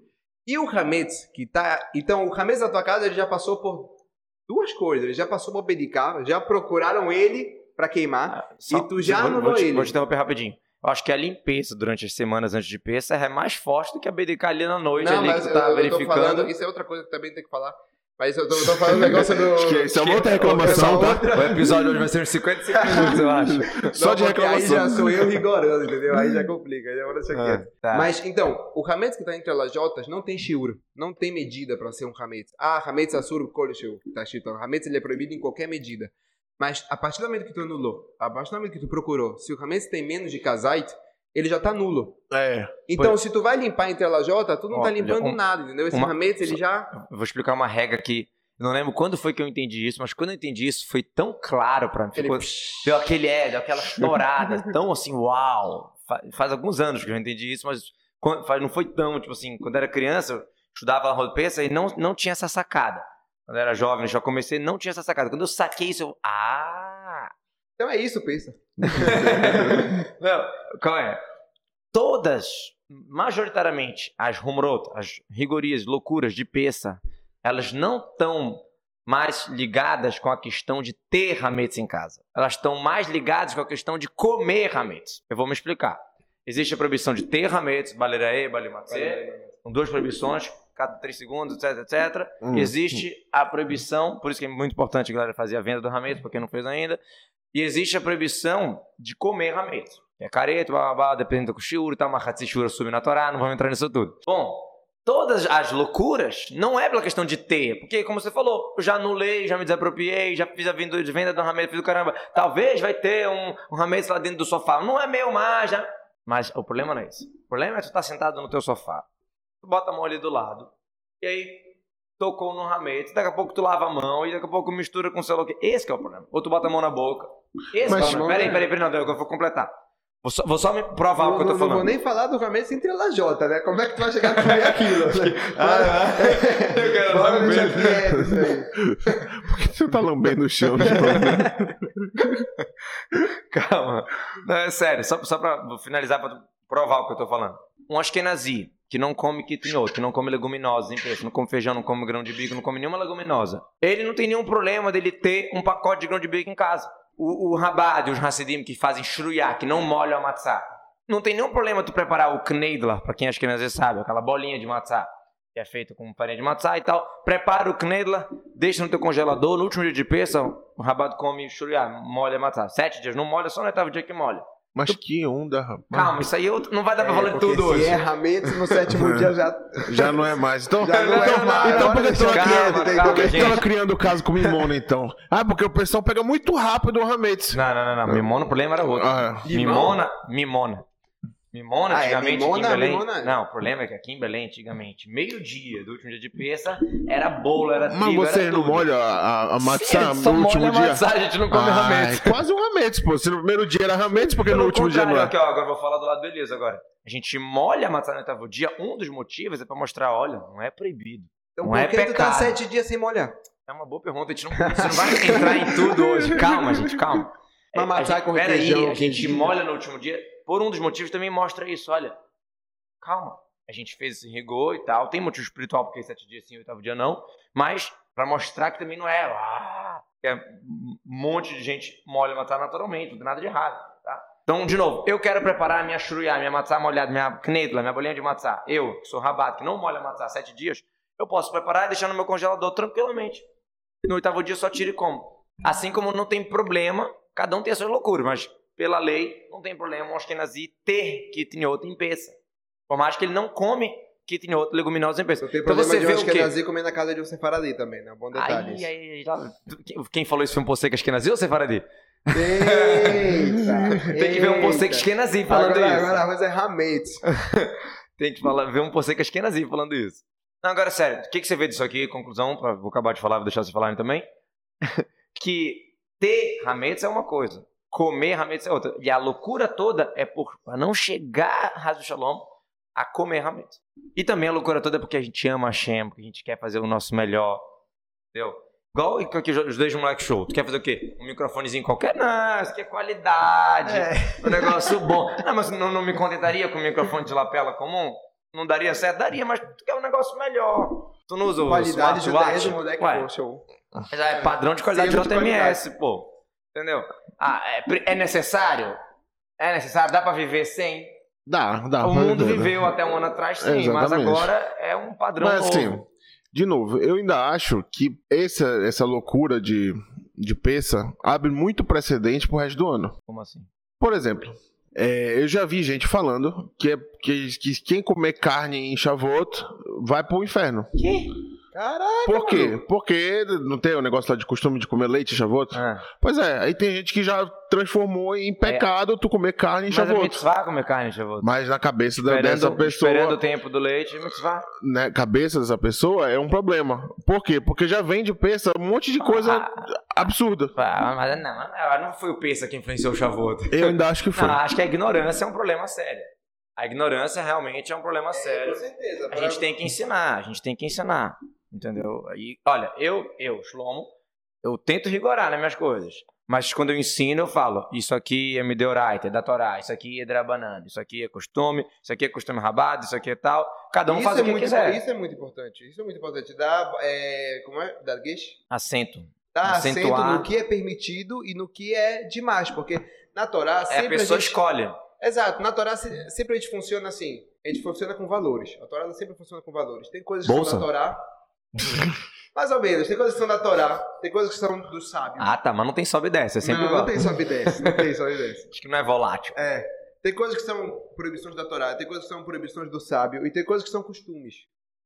[SPEAKER 1] E o ramês que tá. Então, o ramês da tua casa ele já passou por duas coisas. Ele já passou por pedicar, já procuraram ele pra queimar. Ah, E tu já
[SPEAKER 2] vou,
[SPEAKER 1] anulou
[SPEAKER 2] vou te,
[SPEAKER 1] ele.
[SPEAKER 2] Vou te interromper rapidinho. Eu acho que a limpeza durante as semanas antes de Pesach é mais forte do que a BDK ali na noite, ali que tu tá
[SPEAKER 1] tô falando.
[SPEAKER 2] verificando.
[SPEAKER 1] Isso é outra coisa que também tem que falar. Mas eu tô, eu tô falando um negócio do.
[SPEAKER 3] Acho que isso é uma outra reclamação, tá?
[SPEAKER 2] O episódio hoje vai ser uns 55 minutos, eu acho.
[SPEAKER 3] Só de
[SPEAKER 1] porque Aí já
[SPEAKER 3] reclamação.
[SPEAKER 1] sou eu rigorando, entendeu? Aí já complica, aí já vou deixar quieto.
[SPEAKER 2] Tá.
[SPEAKER 1] Mas então, o Hametz que está entre as lajotas não tem shiur, não tem medida para ser um Hametz. Ah, Hametz assur kol shiur, tá escrito. Hametz ele é proibido em qualquer medida. Mas a partir do momento que tu anulou, a partir do momento que tu procurou, se o Hametz tem menos de kazait, ele já tá nulo.
[SPEAKER 3] É.
[SPEAKER 1] Então, se tu vai limpar entre a lajota, tu não tá
[SPEAKER 2] Olha,
[SPEAKER 1] limpando
[SPEAKER 2] um-
[SPEAKER 1] nada, entendeu? Esse
[SPEAKER 2] uma-
[SPEAKER 1] Hametz ele já
[SPEAKER 2] Eu vou explicar uma regra que eu não lembro quando foi que eu entendi isso, mas quando eu entendi isso foi tão claro pra mim.
[SPEAKER 1] ele
[SPEAKER 2] Ficou, deu aquele é, deu aquela estourada, tão assim, uau. Fa- Faz alguns anos que eu entendi isso, mas quan- faz- não foi tão, tipo assim, quando era criança, eu estudava na Rodpeça e não, não tinha essa sacada. Quando eu era jovem, eu já comecei, não tinha essa sacada. Quando eu saquei isso, eu. Ah!
[SPEAKER 1] Então é isso, pensa.
[SPEAKER 2] Não, qual é? Todas, majoritariamente, as rumorot, as rigorias, loucuras de peça, elas não estão mais ligadas com a questão de ter rametes em casa. Elas estão mais ligadas com a questão de comer rametes. Eu vou me explicar. Existe a proibição de ter rametes, baleraê, balimatê, com duas proibições, cada três segundos, etc, etc.
[SPEAKER 3] Hum.
[SPEAKER 2] Existe a proibição, por isso que é muito importante, galera, fazer a venda do ramete, pra quem não fez ainda. E existe a proibição de comer ramete. É careta, blá, blá, blá, dependendo do kushura, tá, mahatsishura sub na Torá, não vamos entrar nisso tudo. Bom, todas as loucuras não é pela questão de ter, porque, como você falou, eu já anulei, já me desapropriei, já fiz a venda de venda do ramete, fiz o caramba. Talvez vai ter um, um ramete lá dentro do sofá, não é meu mais, já... Mas o problema não é esse. O problema é tu tá sentado no teu sofá, tu bota a mão ali do lado, e aí tocou no ramete, daqui a pouco tu lava a mão e daqui a pouco mistura com sei lá o quê. Esse que é o problema. Ou tu bota a mão na boca. Esse
[SPEAKER 3] Mas-
[SPEAKER 2] que é o problema. Peraí, peraí, peraí, não, deu, eu vou completar. Vou só, vou só me provar o
[SPEAKER 1] Não,
[SPEAKER 2] que
[SPEAKER 1] não,
[SPEAKER 2] eu tô
[SPEAKER 1] não vou
[SPEAKER 2] falando.
[SPEAKER 1] nem falar do Hametz entre a lajota, né? Como é que tu vai chegar a comer aquilo? né?
[SPEAKER 2] Ah, Eu quero
[SPEAKER 1] Bora
[SPEAKER 2] lamber.
[SPEAKER 1] deixar quieto isso aí.
[SPEAKER 3] Você tá lambendo o chão. tipo,
[SPEAKER 2] Calma. Não, é sério, só, só pra vou finalizar, pra tu provar o que eu tô falando. Um ashkenazi, que não come quitinhoto, que não come leguminosas, hein, peixe, não come feijão, não come grão de bico, não come nenhuma leguminosa. Ele não tem nenhum problema dele ter um pacote de grão de bico em casa. O, o rabade, os hassidim que fazem shruyá, que não molham a matzá. Não tem nenhum problema tu preparar o kneidler, pra quem é ashkenazi sabe, aquela bolinha de matzá. Que é feito com farinha de matzá e tal. Prepara o Knedla, deixa no teu congelador. No último dia de peça, o rabado come churiá, molha matzá. Sete dias não molha, só no oitavo dia que molha.
[SPEAKER 3] Mas que onda, rapaz.
[SPEAKER 2] Calma, isso aí eu- não vai dar pra
[SPEAKER 1] É,
[SPEAKER 2] falar de
[SPEAKER 1] porque
[SPEAKER 2] Tá tudo
[SPEAKER 1] se
[SPEAKER 2] hoje.
[SPEAKER 1] erramentos no sétimo dia já.
[SPEAKER 3] Já não é mais. Então,
[SPEAKER 1] Já não é
[SPEAKER 3] então,
[SPEAKER 1] mais.
[SPEAKER 3] então
[SPEAKER 1] Agora
[SPEAKER 3] por que
[SPEAKER 1] deixa
[SPEAKER 3] estão
[SPEAKER 2] calma,
[SPEAKER 3] criando,
[SPEAKER 2] calma,
[SPEAKER 3] por que
[SPEAKER 2] gente.
[SPEAKER 3] tava criando caso com o Mimono, então? Ah, porque o pessoal pega muito rápido o Rametes.
[SPEAKER 2] Não, não, não, não. Mimona, o problema era outro.
[SPEAKER 3] Ah,
[SPEAKER 2] Mimona, Mimona. Mimona,
[SPEAKER 1] Ah, é
[SPEAKER 2] antigamente,
[SPEAKER 1] Mimona,
[SPEAKER 2] Kimberley.
[SPEAKER 1] Mimona é.
[SPEAKER 2] Não, o problema é que aqui em Belém, antigamente, meio-dia do último dia de peça, era bolo, era
[SPEAKER 3] mas
[SPEAKER 2] trigo,
[SPEAKER 3] vocês
[SPEAKER 2] era
[SPEAKER 3] não
[SPEAKER 2] é tudo.
[SPEAKER 3] molham a, a, a
[SPEAKER 2] Sim,
[SPEAKER 3] maçã
[SPEAKER 2] só
[SPEAKER 3] no último
[SPEAKER 2] molha a
[SPEAKER 3] dia? Ah,
[SPEAKER 2] maçã, a gente não come
[SPEAKER 3] Ai,
[SPEAKER 2] rametes.
[SPEAKER 3] quase um Rametes, pô. Se no primeiro dia era Rametes, porque
[SPEAKER 2] Pelo
[SPEAKER 3] no último dia não
[SPEAKER 2] contrário, aqui,
[SPEAKER 3] é?
[SPEAKER 2] ó, agora eu vou falar do lado do Elias agora. A gente molha a maçã no oitavo dia, um dos motivos é pra mostrar, olha, não é proibido.
[SPEAKER 1] Então
[SPEAKER 2] Não
[SPEAKER 1] por
[SPEAKER 2] é
[SPEAKER 1] que tu tá
[SPEAKER 2] pecado.
[SPEAKER 1] sete dias sem molhar?
[SPEAKER 2] É uma boa pergunta, a gente não, você não vai entrar em tudo hoje. Calma, gente, calma.
[SPEAKER 1] Uma
[SPEAKER 2] É,
[SPEAKER 1] maçã
[SPEAKER 2] a gente-
[SPEAKER 1] com
[SPEAKER 2] peraí,
[SPEAKER 1] requeijão,
[SPEAKER 2] a gente
[SPEAKER 1] queijinho.
[SPEAKER 2] molha no último dia, por um dos motivos também mostra isso, olha. Calma, a gente fez esse rigor e tal, tem motivo espiritual porque sete dias sim, oitavo dia não, mas pra mostrar que também não é, ah, é um monte de gente molha a maçã naturalmente, não tem nada de errado, tá? Então, de novo, eu quero preparar a minha churuiá, minha matzá molhada, minha knedla, minha bolinha de matzá. Eu, que sou rabato, que não molha matzá sete dias, eu posso preparar e deixar no meu congelador tranquilamente. No oitavo dia eu só tiro e como. Assim como não tem problema, cada um tem as suas loucuras, mas pela lei não tem problema um Ashkenazi ter quitinhoto em peça. Por mais que ele não come quitinhoto, leguminosa em peça.
[SPEAKER 1] Eu tenho
[SPEAKER 2] Então
[SPEAKER 1] problema
[SPEAKER 2] você
[SPEAKER 1] de
[SPEAKER 2] vê
[SPEAKER 1] um
[SPEAKER 2] o quê?
[SPEAKER 1] Ashkenazi comer na casa de um sefaradi também, né? Bom detalhe.
[SPEAKER 2] Ai, ai, ai, lá- quem- Quem falou isso foi um Ponseca Ashkenazi ou Sefaradi?
[SPEAKER 1] Eita!
[SPEAKER 2] Tem que ver um Ponseca
[SPEAKER 1] Eita.
[SPEAKER 2] Ashkenazi falando
[SPEAKER 1] Agora,
[SPEAKER 2] isso.
[SPEAKER 1] agora arroz é rametes.
[SPEAKER 2] Tem que falar, ver um Ponseca Ashkenazi falando isso. Não, agora sério, o que, que você vê disso aqui? Conclusão, pra, vou acabar de falar, vou deixar vocês falarem também. que ter rametes é uma coisa, comer rametes é outra. E a loucura toda é por pra não chegar, Razo Shalom, a comer rametes. E também a loucura toda é porque a gente ama a Shem, porque a gente quer fazer o nosso melhor. Entendeu? Igual e com aqui os dois moleques show. Tu quer fazer o quê? Um microfonezinho qualquer? Não, isso aqui é qualidade.
[SPEAKER 1] É.
[SPEAKER 2] Um negócio bom. Não, mas não, não me contentaria com um microfone de lapela comum? Não daria certo? Daria, mas tu quer um negócio melhor. Tu não usa o
[SPEAKER 1] Qualidade de
[SPEAKER 2] smartwatch?
[SPEAKER 1] 10, moleque,
[SPEAKER 2] um Ué,
[SPEAKER 1] pô, show.
[SPEAKER 2] mas é padrão de qualidade
[SPEAKER 1] Selo
[SPEAKER 2] do
[SPEAKER 1] de
[SPEAKER 2] JMS, pô. Entendeu? Ah, é, pre- é necessário? É necessário? Dá pra viver sem?
[SPEAKER 3] Dá, dá.
[SPEAKER 2] o
[SPEAKER 3] pra
[SPEAKER 2] mundo
[SPEAKER 3] viver, né?
[SPEAKER 2] viveu até um ano atrás, sim, mas
[SPEAKER 3] Exatamente.
[SPEAKER 2] agora é um padrão
[SPEAKER 3] Mas
[SPEAKER 2] novo.
[SPEAKER 3] assim, de novo, eu ainda acho que essa, essa loucura de, de peça abre muito precedente pro resto do ano.
[SPEAKER 2] Como assim?
[SPEAKER 3] Por exemplo, é, eu já vi gente falando que, é- que, que quem comer carne em Shavuot vai pro inferno.
[SPEAKER 2] Que?
[SPEAKER 1] Caralho!
[SPEAKER 3] Por quê? Porque não tem o negócio lá de costume de comer leite em Shavuot?
[SPEAKER 2] Ah,
[SPEAKER 3] Pois é, aí tem gente que já transformou em pecado tu comer carne
[SPEAKER 2] É.
[SPEAKER 3] em
[SPEAKER 2] mas é
[SPEAKER 3] Shavuot.
[SPEAKER 2] mitzvah comer carne, Shavuot.
[SPEAKER 3] Mas na cabeça da- dessa
[SPEAKER 2] Esperando,
[SPEAKER 3] pessoa...
[SPEAKER 2] esperando o tempo do leite, é mitzvah.
[SPEAKER 3] na né, cabeça dessa pessoa é um problema. Por quê? Porque já vende peça um monte de coisa absurda.
[SPEAKER 2] Ah, mas não, mas não foi o peça que influenciou o Shavuot.
[SPEAKER 3] Eu ainda acho que foi.
[SPEAKER 2] Não, acho que a ignorância é um problema sério. A ignorância realmente é um problema sério.
[SPEAKER 1] Com certeza.
[SPEAKER 2] A gente tem que ensinar, a gente tem que ensinar, entendeu? Aí, olha, eu, eu, Shlomo, eu tento rigorar nas minhas coisas, mas quando eu ensino, eu falo, isso aqui é Mideoraita, é da Torá, isso aqui é Drabanana, isso aqui é costume, isso aqui é costume rabado, isso aqui é tal, cada um
[SPEAKER 1] isso
[SPEAKER 2] faz
[SPEAKER 1] é
[SPEAKER 2] o que
[SPEAKER 1] muito,
[SPEAKER 2] quiser.
[SPEAKER 1] Isso é muito importante. Isso é muito importante. Dá, é, como é? Dá gueixe?
[SPEAKER 2] Assento.
[SPEAKER 1] Dá acento
[SPEAKER 2] Acentuar.
[SPEAKER 1] no que é permitido e no que é demais. Porque na Torá
[SPEAKER 2] É, a
[SPEAKER 1] sempre
[SPEAKER 2] pessoa
[SPEAKER 1] a gente...
[SPEAKER 2] escolhe.
[SPEAKER 1] Exato. Na Torá se- sempre a gente funciona assim. A gente funciona com valores. A Torá ela sempre funciona com valores. Tem coisas que
[SPEAKER 3] Bolsa?
[SPEAKER 1] são da Torá. Mais ou menos. Tem coisas que são da Torá. Tem coisas que são do sábio.
[SPEAKER 2] Ah, tá, mas não tem sobe e desce, é sempre
[SPEAKER 1] não,
[SPEAKER 2] igual.
[SPEAKER 1] não tem só evidência. Não tem só evidência.
[SPEAKER 2] Acho que não é volátil.
[SPEAKER 1] É. Tem coisas que são proibições da Torá, tem coisas que são proibições do sábio e tem coisas que são costumes,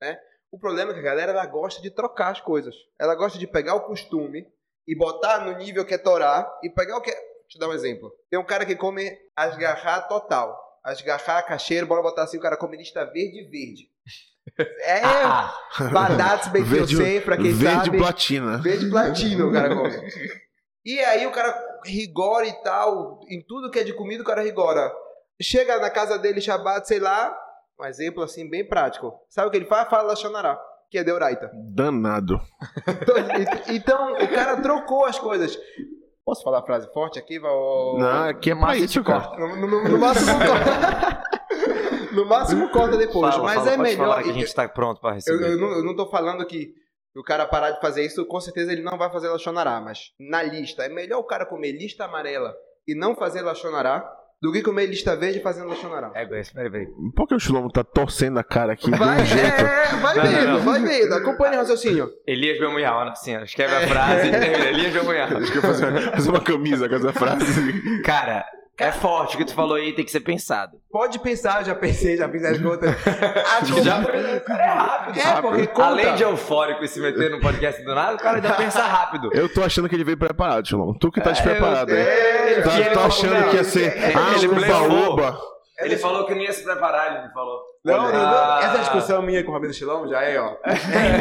[SPEAKER 1] né? O problema é que a galera ela gosta de trocar as coisas. Ela gosta de pegar o costume e botar no nível que é Torá e pegar o que é... Vou te dar um exemplo. Tem um cara que come asgarrar total. Asgarrar, cacheiro, bora botar assim, o cara come lista verde e verde. É,
[SPEAKER 2] Ah,
[SPEAKER 1] badatos, bem que eu
[SPEAKER 3] Verde-
[SPEAKER 1] sei, pra quem
[SPEAKER 3] Verde
[SPEAKER 1] sabe.
[SPEAKER 3] platina.
[SPEAKER 1] Verde platino o cara come. E aí o cara rigora e tal, em tudo que é de comida o cara rigora. Chega na casa dele, Shabbat, sei lá, um exemplo assim bem prático. Sabe o que ele faz? Fala Lachonará, que é Deuraita.
[SPEAKER 3] Danado.
[SPEAKER 1] Então, e- então o cara trocou as coisas. Posso falar frase forte aqui? Val?
[SPEAKER 3] Não, aqui é pra
[SPEAKER 2] Massa de
[SPEAKER 3] isso, cara.
[SPEAKER 1] No, no- no- no máximo corta. no máximo corta depois.
[SPEAKER 2] fala,
[SPEAKER 1] mas
[SPEAKER 2] fala,
[SPEAKER 1] é
[SPEAKER 2] pode
[SPEAKER 1] melhor.
[SPEAKER 2] falar que a gente tá pronto pra
[SPEAKER 1] Eu,
[SPEAKER 2] receber.
[SPEAKER 1] eu não, eu não tô falando que o cara parar de fazer isso, com certeza ele não vai fazer Lachonará, mas na lista, é melhor o cara comer lista amarela e não fazer Lachonará do que comer lista verde fazendo Lachonará.
[SPEAKER 2] É, peraí, peraí.
[SPEAKER 3] Por que o Shlomo tá torcendo a cara aqui de
[SPEAKER 1] Vai,
[SPEAKER 3] um jeito?
[SPEAKER 1] é, vai
[SPEAKER 2] Não,
[SPEAKER 1] vendo,
[SPEAKER 2] não, não.
[SPEAKER 1] vai vendo. Acompanha o raciocínio.
[SPEAKER 2] Elias Belmunhal, assim, ó,
[SPEAKER 1] É.
[SPEAKER 2] escreve a frase e termina. Elias Belmunhal.
[SPEAKER 3] Acho que eu vou fazer, fazer uma camisa com essa frase.
[SPEAKER 2] Cara, É forte o que tu falou aí, tem que ser pensado.
[SPEAKER 1] Pode pensar, já pensei, já fiz as contas. Acho
[SPEAKER 2] Já-
[SPEAKER 1] O cara é rápido. É, porque conta.
[SPEAKER 2] Além de eufórico e se meter num podcast do nada, o cara ainda pensa rápido.
[SPEAKER 3] Eu tô achando que ele veio preparado, Chilão. Tu que tá despreparado, hein?
[SPEAKER 1] É,
[SPEAKER 2] Ele-
[SPEAKER 3] Tá,
[SPEAKER 2] ele
[SPEAKER 3] tá
[SPEAKER 2] não-
[SPEAKER 3] achando que ia ser.
[SPEAKER 1] ele-
[SPEAKER 3] Ah,
[SPEAKER 2] ele blefou.
[SPEAKER 3] oba, oba.
[SPEAKER 2] Ele falou que não ia se preparar, ele me falou.
[SPEAKER 1] Não, não, não.
[SPEAKER 2] Ah.
[SPEAKER 1] Essa discussão minha com o Rabino Chilão já é, ó.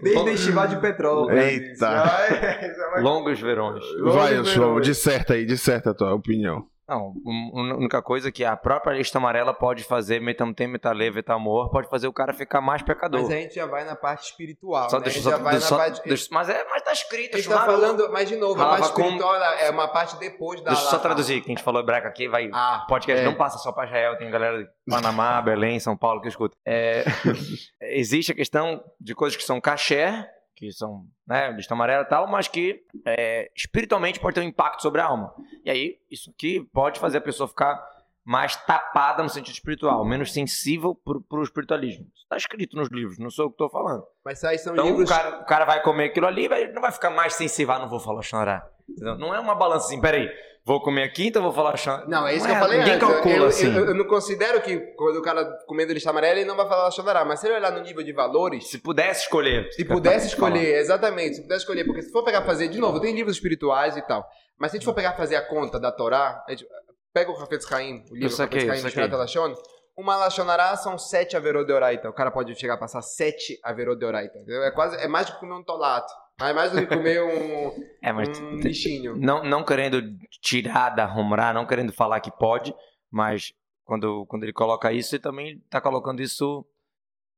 [SPEAKER 1] Desde a estivada de petróleo. né? é.
[SPEAKER 3] Eita.
[SPEAKER 2] Longos verões.
[SPEAKER 3] Vai, Chilão, disserta aí, disserta a tua opinião.
[SPEAKER 2] Não, um- a única coisa que a própria lista amarela pode fazer, metamtem, metalê, vetamor, pode fazer o cara ficar mais pecador.
[SPEAKER 1] Mas a gente já vai na parte espiritual.
[SPEAKER 2] Só
[SPEAKER 1] né?
[SPEAKER 2] deixa
[SPEAKER 1] a gente já
[SPEAKER 2] só,
[SPEAKER 1] vai
[SPEAKER 2] só-
[SPEAKER 1] na parte.
[SPEAKER 2] deixa- mas, é, mas tá
[SPEAKER 1] a
[SPEAKER 2] escrito,
[SPEAKER 1] gente tá
[SPEAKER 2] Shimano.
[SPEAKER 1] falando, mas de novo, a
[SPEAKER 2] Ralava
[SPEAKER 1] parte espiritual é uma parte depois da.
[SPEAKER 2] Deixa eu só
[SPEAKER 1] lá-
[SPEAKER 2] traduzir, que a gente falou hebraico aqui, vai.
[SPEAKER 1] Ah,
[SPEAKER 2] O podcast
[SPEAKER 1] É.
[SPEAKER 2] não passa só pra Israel, tem galera de Panamá, Belém, São Paulo que escuta. É, existe a questão de coisas que são caché, que são né, lista amarela e tal, mas que é, espiritualmente pode ter um impacto sobre a alma. E aí, isso aqui pode fazer a pessoa ficar mais tapada no sentido espiritual, menos sensível pro, pro espiritualismo. Isso tá escrito nos livros, não sou eu que tô falando.
[SPEAKER 1] mas isso aí são
[SPEAKER 2] Então
[SPEAKER 1] livros.
[SPEAKER 2] o, cara, o cara vai comer aquilo ali, vai- ele não vai ficar mais sensível, ah, não vou falar chorar. Entendeu? Não é uma balança assim, peraí, vou comer aqui, então vou falar chorar.
[SPEAKER 1] Não, é isso que eu falei
[SPEAKER 2] Ninguém
[SPEAKER 1] antes.
[SPEAKER 2] calcula
[SPEAKER 1] eu,
[SPEAKER 2] assim.
[SPEAKER 1] eu- eu não considero que quando o cara comendo lista amarela, ele não vai falar chorará. Mas se ele olhar no nível de valores,
[SPEAKER 2] Se pudesse escolher.
[SPEAKER 1] Se pudesse escolher, exatamente, se pudesse escolher, porque se for pegar fazer, de novo, tem livros espirituais e tal, mas se a gente for pegar fazer a conta da Torá, a gente pega o Rafetz Haim, o
[SPEAKER 2] Eu
[SPEAKER 1] livro
[SPEAKER 2] saquei,
[SPEAKER 1] Rafetz Haim,
[SPEAKER 2] eu saquei.
[SPEAKER 1] Mishnata Lachon, uma Lachonará são sete Averodeoraita, o cara pode chegar a passar sete Averodeoraita, entendeu? É quase, é mais do que comer um tolato, é mais do que comer um,
[SPEAKER 2] É, mas
[SPEAKER 1] um
[SPEAKER 2] tem-
[SPEAKER 1] lixinho.
[SPEAKER 2] não, não querendo tirar da Romrá, não querendo falar que pode, mas quando, quando ele coloca isso, ele também tá colocando isso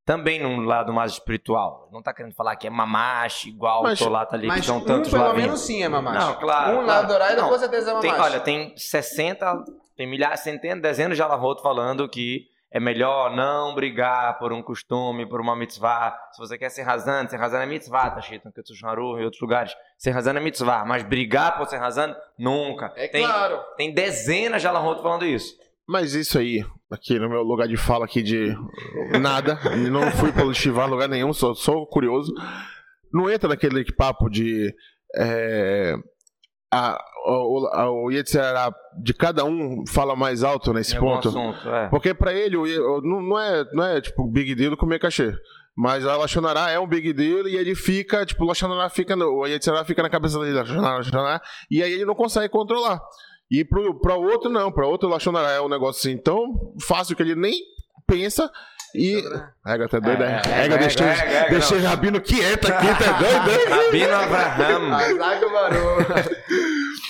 [SPEAKER 2] também num lado mais espiritual. Não tá querendo falar que é mamache igual
[SPEAKER 3] Mas-
[SPEAKER 2] o Tolata ali, que
[SPEAKER 1] Mas
[SPEAKER 2] são
[SPEAKER 1] um
[SPEAKER 2] tantos
[SPEAKER 1] pelo
[SPEAKER 2] lá
[SPEAKER 1] menos sim é mamacho.
[SPEAKER 2] Não, claro,
[SPEAKER 1] Um
[SPEAKER 2] claro.
[SPEAKER 1] lado Doraida
[SPEAKER 2] Não,
[SPEAKER 1] com certeza é
[SPEAKER 2] Tem,
[SPEAKER 1] mamacho.
[SPEAKER 2] olha, tem 60, tem milhares, centenas, dezenas de alavoto falando que é melhor não brigar por um costume, por uma mitzvah. Se você quer ser razando, ser razando é mitzvah, tá escrito no Ketsushmaru e outros lugares. Ser razando é mitzvah, mas brigar por ser razando, nunca.
[SPEAKER 1] é
[SPEAKER 2] tem,
[SPEAKER 1] claro.
[SPEAKER 2] tem dezenas de alahoto falando isso.
[SPEAKER 3] Mas isso aí, aqui no meu lugar de fala aqui de nada, não fui pelo Chivar lugar nenhum, sou, sou curioso. Não entra naquele papo de é, a, o, a, o Yetzirah de cada um fala mais alto nesse
[SPEAKER 2] em algum
[SPEAKER 3] ponto.
[SPEAKER 2] assunto, é.
[SPEAKER 3] Porque pra ele o- o- não, não é, não é tipo big deal comer cachê. Mas a Lachonará é um big deal e ele fica, tipo, o Lachonará fica, no- o Yetzirah fica na cabeça dele, Lachonará, Lachonará, e aí ele não consegue controlar. E pro, pra outro não, pra outro Lachonará é um negócio assim tão fácil que ele nem pensa e... Ega, tá doido,
[SPEAKER 2] É,
[SPEAKER 3] né?
[SPEAKER 2] é, é,
[SPEAKER 3] Ega,
[SPEAKER 2] é,
[SPEAKER 3] deixei,
[SPEAKER 2] é, é, é,
[SPEAKER 3] deixei
[SPEAKER 2] não.
[SPEAKER 3] Rabino quieto aqui, tá doido, hein?
[SPEAKER 2] Rabino Abraham.
[SPEAKER 1] Azaga o barulho.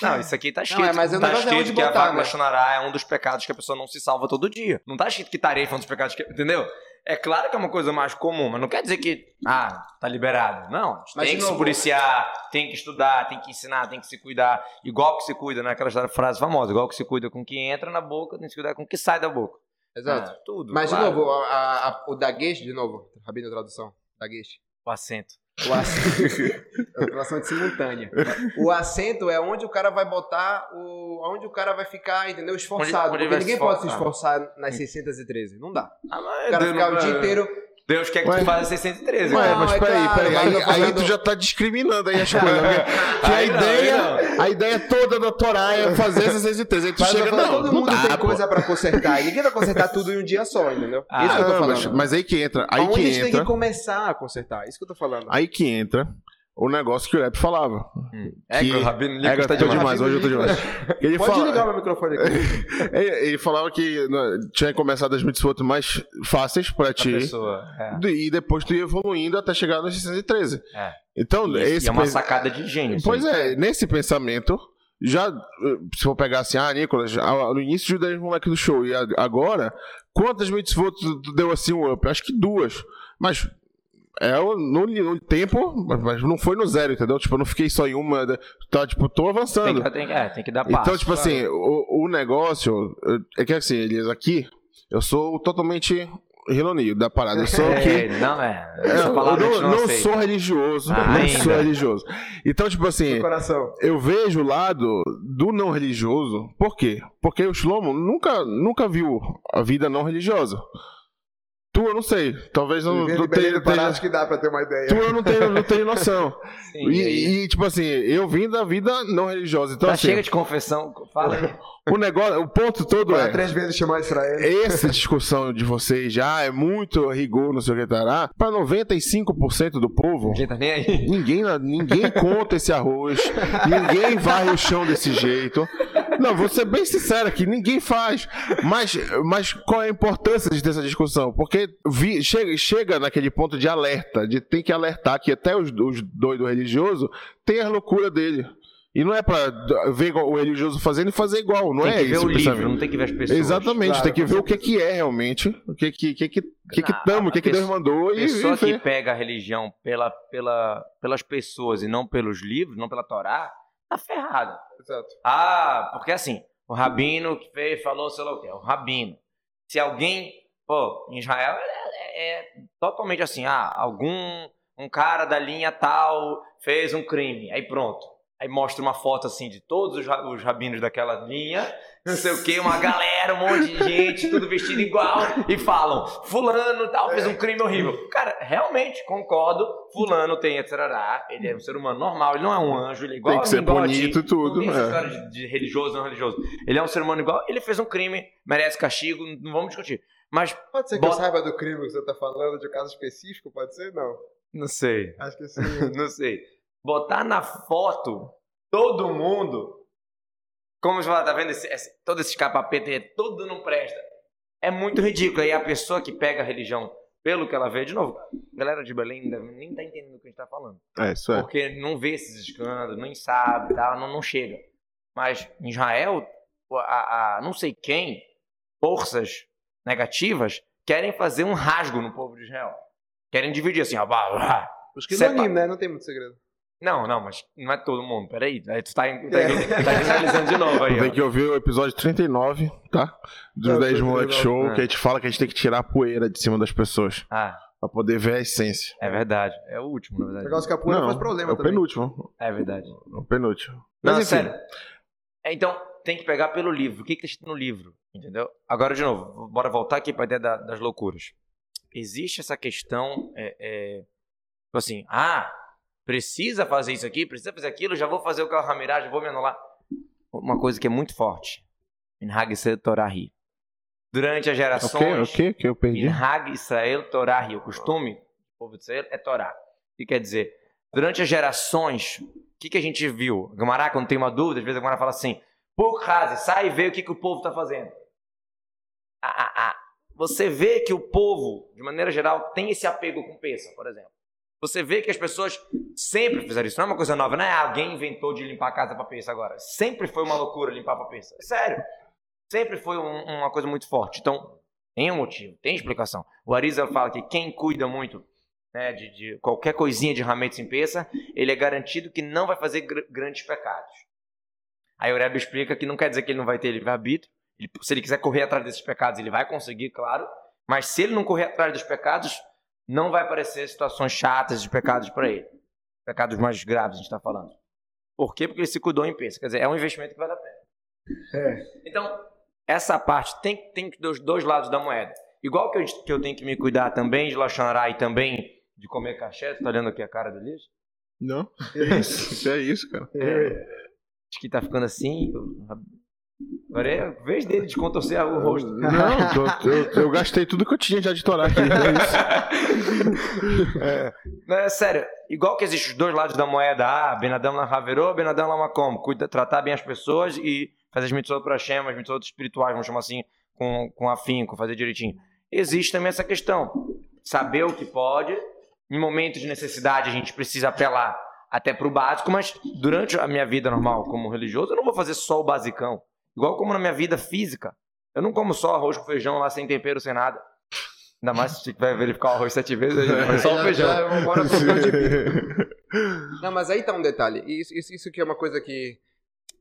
[SPEAKER 2] Não, isso aqui tá escrito.
[SPEAKER 1] é, mas o
[SPEAKER 2] tá
[SPEAKER 1] negócio é
[SPEAKER 2] escrito
[SPEAKER 1] onde
[SPEAKER 2] que a
[SPEAKER 1] botar,
[SPEAKER 2] vaca
[SPEAKER 1] né?
[SPEAKER 2] Lachonará é um dos pecados que a pessoa não se salva todo dia. Não tá escrito que tarefa é um dos pecados que. Entendeu? É claro que é uma coisa mais comum, mas não quer dizer que. Ah, tá liberado. Não. a gente
[SPEAKER 1] Mas, de
[SPEAKER 2] tem que se
[SPEAKER 1] novo-
[SPEAKER 2] policiar, tem que estudar, tem que ensinar, tem que se cuidar. Igual que se cuida, né? Aquela história- frase famosa: igual que se cuida com o que entra na boca, tem que se cuidar com o que sai da boca.
[SPEAKER 1] Exato.
[SPEAKER 2] Ah, tudo.
[SPEAKER 1] Mas,
[SPEAKER 2] claro.
[SPEAKER 1] de novo, a- a- a- o Daguesh, de novo, Rabino Tradução, Daguesh.
[SPEAKER 2] O acento.
[SPEAKER 1] O acento. é uma tradução de simultânea. O acento é onde o cara vai botar, o, onde o cara vai ficar, entendeu? Esforçado.
[SPEAKER 2] Onde- onde
[SPEAKER 1] porque
[SPEAKER 2] ele vai
[SPEAKER 1] ninguém
[SPEAKER 2] se
[SPEAKER 1] pode se
[SPEAKER 2] esforçar.
[SPEAKER 1] esforçar nas 613. Não dá.
[SPEAKER 2] Ah, mas
[SPEAKER 3] É,
[SPEAKER 1] O cara
[SPEAKER 2] Deus
[SPEAKER 1] ficar o
[SPEAKER 2] não-
[SPEAKER 1] dia inteiro.
[SPEAKER 2] Deus quer que
[SPEAKER 3] Ué.
[SPEAKER 2] tu faça 613.
[SPEAKER 3] Ué,
[SPEAKER 2] cara.
[SPEAKER 1] Não,
[SPEAKER 3] mas
[SPEAKER 1] é
[SPEAKER 3] peraí,
[SPEAKER 1] claro,
[SPEAKER 3] peraí,
[SPEAKER 1] mas eu
[SPEAKER 3] aí,
[SPEAKER 1] tô
[SPEAKER 3] aí tu
[SPEAKER 1] falando-
[SPEAKER 3] já tá discriminando aí as coisas. porque- Que a
[SPEAKER 2] Aí não, aí
[SPEAKER 3] ideia,
[SPEAKER 2] não.
[SPEAKER 3] a ideia toda da Torá é fazer essas exigências. Aí tu
[SPEAKER 1] Mas eu tô
[SPEAKER 3] chega,
[SPEAKER 1] falando,
[SPEAKER 3] não,
[SPEAKER 1] todo
[SPEAKER 3] não
[SPEAKER 1] mundo
[SPEAKER 3] dá,
[SPEAKER 1] tem
[SPEAKER 3] pô.
[SPEAKER 1] coisa pra consertar. E ninguém vai consertar tudo em um dia só, entendeu?
[SPEAKER 2] Ah,
[SPEAKER 1] isso que eu tô
[SPEAKER 3] Ah,
[SPEAKER 1] falando.
[SPEAKER 3] mas, mas aí que entra, aí
[SPEAKER 1] Aonde
[SPEAKER 3] que
[SPEAKER 1] a gente tem
[SPEAKER 3] entra,
[SPEAKER 1] que começar a consertar. Isso que eu tô falando.
[SPEAKER 3] aí que entra o negócio que o Rap falava.
[SPEAKER 2] É
[SPEAKER 3] Que-
[SPEAKER 2] que o Rabino
[SPEAKER 3] É,
[SPEAKER 2] Lico
[SPEAKER 3] eu
[SPEAKER 2] tá
[SPEAKER 3] tô
[SPEAKER 2] demais.
[SPEAKER 3] demais, hoje eu tô demais. Ele,
[SPEAKER 1] Pode
[SPEAKER 3] fala-
[SPEAKER 1] ligar o meu microfone aqui.
[SPEAKER 3] ele, ele falava que né, tinha começado as mitzvot mais fáceis pra
[SPEAKER 2] A
[SPEAKER 3] ti.
[SPEAKER 2] pessoa. É.
[SPEAKER 3] E depois tu ia evoluindo até chegar nos 613.
[SPEAKER 2] É.
[SPEAKER 3] Então,
[SPEAKER 2] E
[SPEAKER 3] esse
[SPEAKER 2] é uma
[SPEAKER 3] pens-
[SPEAKER 2] sacada de gênio.
[SPEAKER 3] Pois é, nesse pensamento, já eh, se for pegar assim, ah, Nicolas, ah, no início do judaísmo moleque do show e a- agora, quantas mitzvot tu tu deu assim um up? Acho que duas. Mas é o- no, no tempo, mas- mas não foi no zero, entendeu? Tipo, eu não fiquei só em uma. né? Tá, tipo, tô
[SPEAKER 2] Tem
[SPEAKER 3] avançando.
[SPEAKER 2] que, tem, que- é, tem que dar passo.
[SPEAKER 3] Então, tipo assim, o, o negócio. eh, É que assim, Elias, aqui, eu sou totalmente reloninho da parada. Eu sou o que
[SPEAKER 2] É, não é.
[SPEAKER 3] eu,
[SPEAKER 2] Essa palavra a
[SPEAKER 3] não,
[SPEAKER 2] gente não,
[SPEAKER 3] não
[SPEAKER 2] aceita.
[SPEAKER 3] sou religioso.
[SPEAKER 2] Ah,
[SPEAKER 3] não
[SPEAKER 2] ainda.
[SPEAKER 3] sou religioso. Então, tipo assim,
[SPEAKER 1] No coração.
[SPEAKER 3] eu vejo o lado do não religioso. Por quê? Porque o Shlomo nunca, nunca viu a vida não religiosa. Tu, eu não sei. Talvez eu não,
[SPEAKER 1] Vivendo
[SPEAKER 3] não
[SPEAKER 1] em Belém
[SPEAKER 3] tenha.
[SPEAKER 1] do Pará, acho que dá pra ter uma ideia.
[SPEAKER 3] Tu, eu não tenho, não tenho noção.
[SPEAKER 2] Sim, aí.
[SPEAKER 3] E, e, tipo assim, eu vim da vida não religiosa. Então,
[SPEAKER 2] Tá,
[SPEAKER 3] assim,
[SPEAKER 2] chega de confissão. Fala aí.
[SPEAKER 3] o negócio, o ponto todo
[SPEAKER 1] Vai
[SPEAKER 3] é.
[SPEAKER 1] três vezes chamar Israel.
[SPEAKER 3] Essa discussão de vocês já é muito rigor, não sei o que tará. Pra 95% do povo,
[SPEAKER 2] Ninguém tá nem aí.
[SPEAKER 3] Ninguém, ninguém conta esse arroz, ninguém varre o chão desse jeito. Não, vou ser bem sincero aqui, ninguém faz. Mas, mas qual é a importância de ter essa discussão? Porque vi- chega, chega naquele ponto de alerta, de tem que alertar que até os, os doidos religiosos têm a loucura dele. E não é pra d- ver igual o religioso fazendo e fazer igual, não
[SPEAKER 2] tem
[SPEAKER 3] é
[SPEAKER 2] que ver
[SPEAKER 3] isso
[SPEAKER 2] o livro,
[SPEAKER 3] pensamento.
[SPEAKER 2] não tem que ver as pessoas.
[SPEAKER 3] Exatamente,
[SPEAKER 1] claro,
[SPEAKER 3] tem que
[SPEAKER 1] com
[SPEAKER 3] ver o que é, que é realmente, o que que, que, que, que, que
[SPEAKER 2] Na-
[SPEAKER 3] tamo, o que,
[SPEAKER 2] a
[SPEAKER 3] que Deus
[SPEAKER 2] pesso-
[SPEAKER 3] mandou e,
[SPEAKER 2] pessoa
[SPEAKER 3] e
[SPEAKER 2] que pega a religião pela, pela, pelas pessoas e não pelos livros, não pela Torá, tá ferrado.
[SPEAKER 1] Exato.
[SPEAKER 2] Ah, porque assim, o rabino que fez, falou, sei lá o que, o rabino. Se alguém, pô, em Israel é, é- é totalmente assim, ah, algum um cara da linha tal fez um crime, aí pronto. Aí mostra uma foto assim de todos os, ra- os rabinos daquela linha, não sei o que, uma galera, um monte de gente, tudo vestido igual, e falam: Fulano e tal fez um crime horrível. Cara, realmente concordo, Fulano tem etc. Ele é um ser humano normal, ele não é um anjo, ele é igual
[SPEAKER 3] Tem que
[SPEAKER 2] a
[SPEAKER 3] ser
[SPEAKER 2] mim, igual a ti,
[SPEAKER 3] bonito e tudo,
[SPEAKER 2] Não tem essa
[SPEAKER 3] é.
[SPEAKER 2] história de, de religioso, não religioso. Ele é um ser humano igual, ele fez um crime, merece castigo, não vamos discutir. Mas,
[SPEAKER 1] Pode ser que
[SPEAKER 2] Bota-
[SPEAKER 1] eu saiba do crime que você tá falando, de um caso específico, pode ser? Não.
[SPEAKER 2] não sei.
[SPEAKER 1] Acho que sim.
[SPEAKER 2] não sei. Botar na foto todo mundo. Como você fala, tá vendo? Esse, esse, todo esse capapeta aí, tudo não presta. É muito ridículo. E a pessoa que pega a religião pelo que ela vê, de novo, a galera de Belém ainda nem tá entendendo o que a gente tá falando.
[SPEAKER 3] É, isso é.
[SPEAKER 2] Porque não vê esses escândalos, nem sabe, tá? não, não chega. Mas em Israel, a, a não sei quem, forças negativas, querem fazer um rasgo no povo de Israel. Querem dividir assim, ó. blá, blá,
[SPEAKER 1] Os
[SPEAKER 2] que
[SPEAKER 1] que
[SPEAKER 2] não
[SPEAKER 1] não
[SPEAKER 2] anime,
[SPEAKER 1] né? Não tem muito segredo.
[SPEAKER 2] não, não, mas não é todo mundo. Peraí, aí tu tá, tá,
[SPEAKER 1] É.
[SPEAKER 2] tá generalizando de novo aí.
[SPEAKER 3] Tem
[SPEAKER 2] ó.
[SPEAKER 3] que ouvir o episódio 39, tá? Dos
[SPEAKER 1] É,
[SPEAKER 3] 10 Moleque
[SPEAKER 1] 39,
[SPEAKER 3] Show,
[SPEAKER 2] é.
[SPEAKER 3] que a gente fala que a gente tem que tirar a poeira de cima das pessoas.
[SPEAKER 2] Ah,
[SPEAKER 3] Pra poder ver a essência.
[SPEAKER 2] é verdade. É o último, na verdade.
[SPEAKER 1] Negócio que a poeira faz problema
[SPEAKER 3] é o
[SPEAKER 1] também.
[SPEAKER 3] penúltimo.
[SPEAKER 2] É verdade.
[SPEAKER 3] É o penúltimo.
[SPEAKER 2] Não,
[SPEAKER 3] Mas enfim,
[SPEAKER 2] sério. É, Então, tem que pegar pelo livro. O que, que tá escrito no livro? Entendeu? Agora, de novo, bora voltar aqui pra ideia da- das loucuras. Existe essa questão. É, é, tipo assim, ah, precisa fazer isso aqui, precisa fazer aquilo, já vou fazer o carro Ramiraj, já vou me anular. Uma coisa que é muito forte. Minhag Torahi. Durante É as
[SPEAKER 3] O
[SPEAKER 2] gerações.
[SPEAKER 3] que? O que que eu perdi?
[SPEAKER 2] Minhag Israel Torah, e o costume do povo de Israel é Torá. O que quer dizer? Durante as gerações, o que, que a gente viu? Gamará, quando tem uma dúvida, às vezes a Gamará fala assim, pouco rase, sai e vê o que, que o povo está fazendo. Ah, ah, ah. Você vê que o povo, de maneira geral, tem esse apego com peça, por exemplo. Você vê que as pessoas sempre fizeram isso. Não é uma coisa nova, não é alguém inventou de limpar a casa para peça agora. Sempre foi uma loucura limpar para peça. Sério. Sempre foi um- uma coisa muito forte. Então, tem um motivo, tem explicação. O Ariza fala que quem cuida muito né, de, de qualquer coisinha de Hametz em peça, ele é garantido que não vai fazer gr- grandes pecados. Aí o Rebbe explica que não quer dizer que ele não vai ter livre-arbítrio. Ele- Se ele quiser correr atrás desses pecados, ele vai conseguir, claro. Mas se ele não correr atrás dos pecados, não vai aparecer situações chatas de pecados para ele. Pecados mais graves, a gente está falando. Por quê? Porque ele se cuidou em peça. Quer dizer, é um investimento que vale a pena. Então, essa parte tem, tem que ter os dois lados da moeda. Igual que eu, que eu tenho que me cuidar também de Lachanará e também de comer caché, tu tá olhando aqui a cara do lixo?
[SPEAKER 3] Não. Isso é isso, cara.
[SPEAKER 2] Acho que tá ficando assim. eu- Agora é a vez dele de contorcer o rosto.
[SPEAKER 3] Não, tô- eu, eu gastei tudo que eu tinha já de torar aqui. É isso.
[SPEAKER 2] Não, é sério, igual que existe os dois lados da moeda, ah, Benadão lá Raverô, Benadão lá Macombo, cuida, tratar bem as pessoas e fazer as mitzvot para Shem, as mitzvot espirituais, vamos chamar assim, com, com afinco, fazer direitinho. Existe também essa questão, saber o que pode, em momentos de necessidade a gente precisa apelar até pro básico, mas durante a minha vida normal como religioso, eu não vou fazer só o basicão. Igual como na minha vida física, eu não como só arroz com feijão lá sem tempero, sem nada. Ainda mais se tiver que verificar o arroz sete vezes, aí é só o feijão.
[SPEAKER 1] Não, mas aí tá um detalhe. Isso, isso, isso que é uma coisa que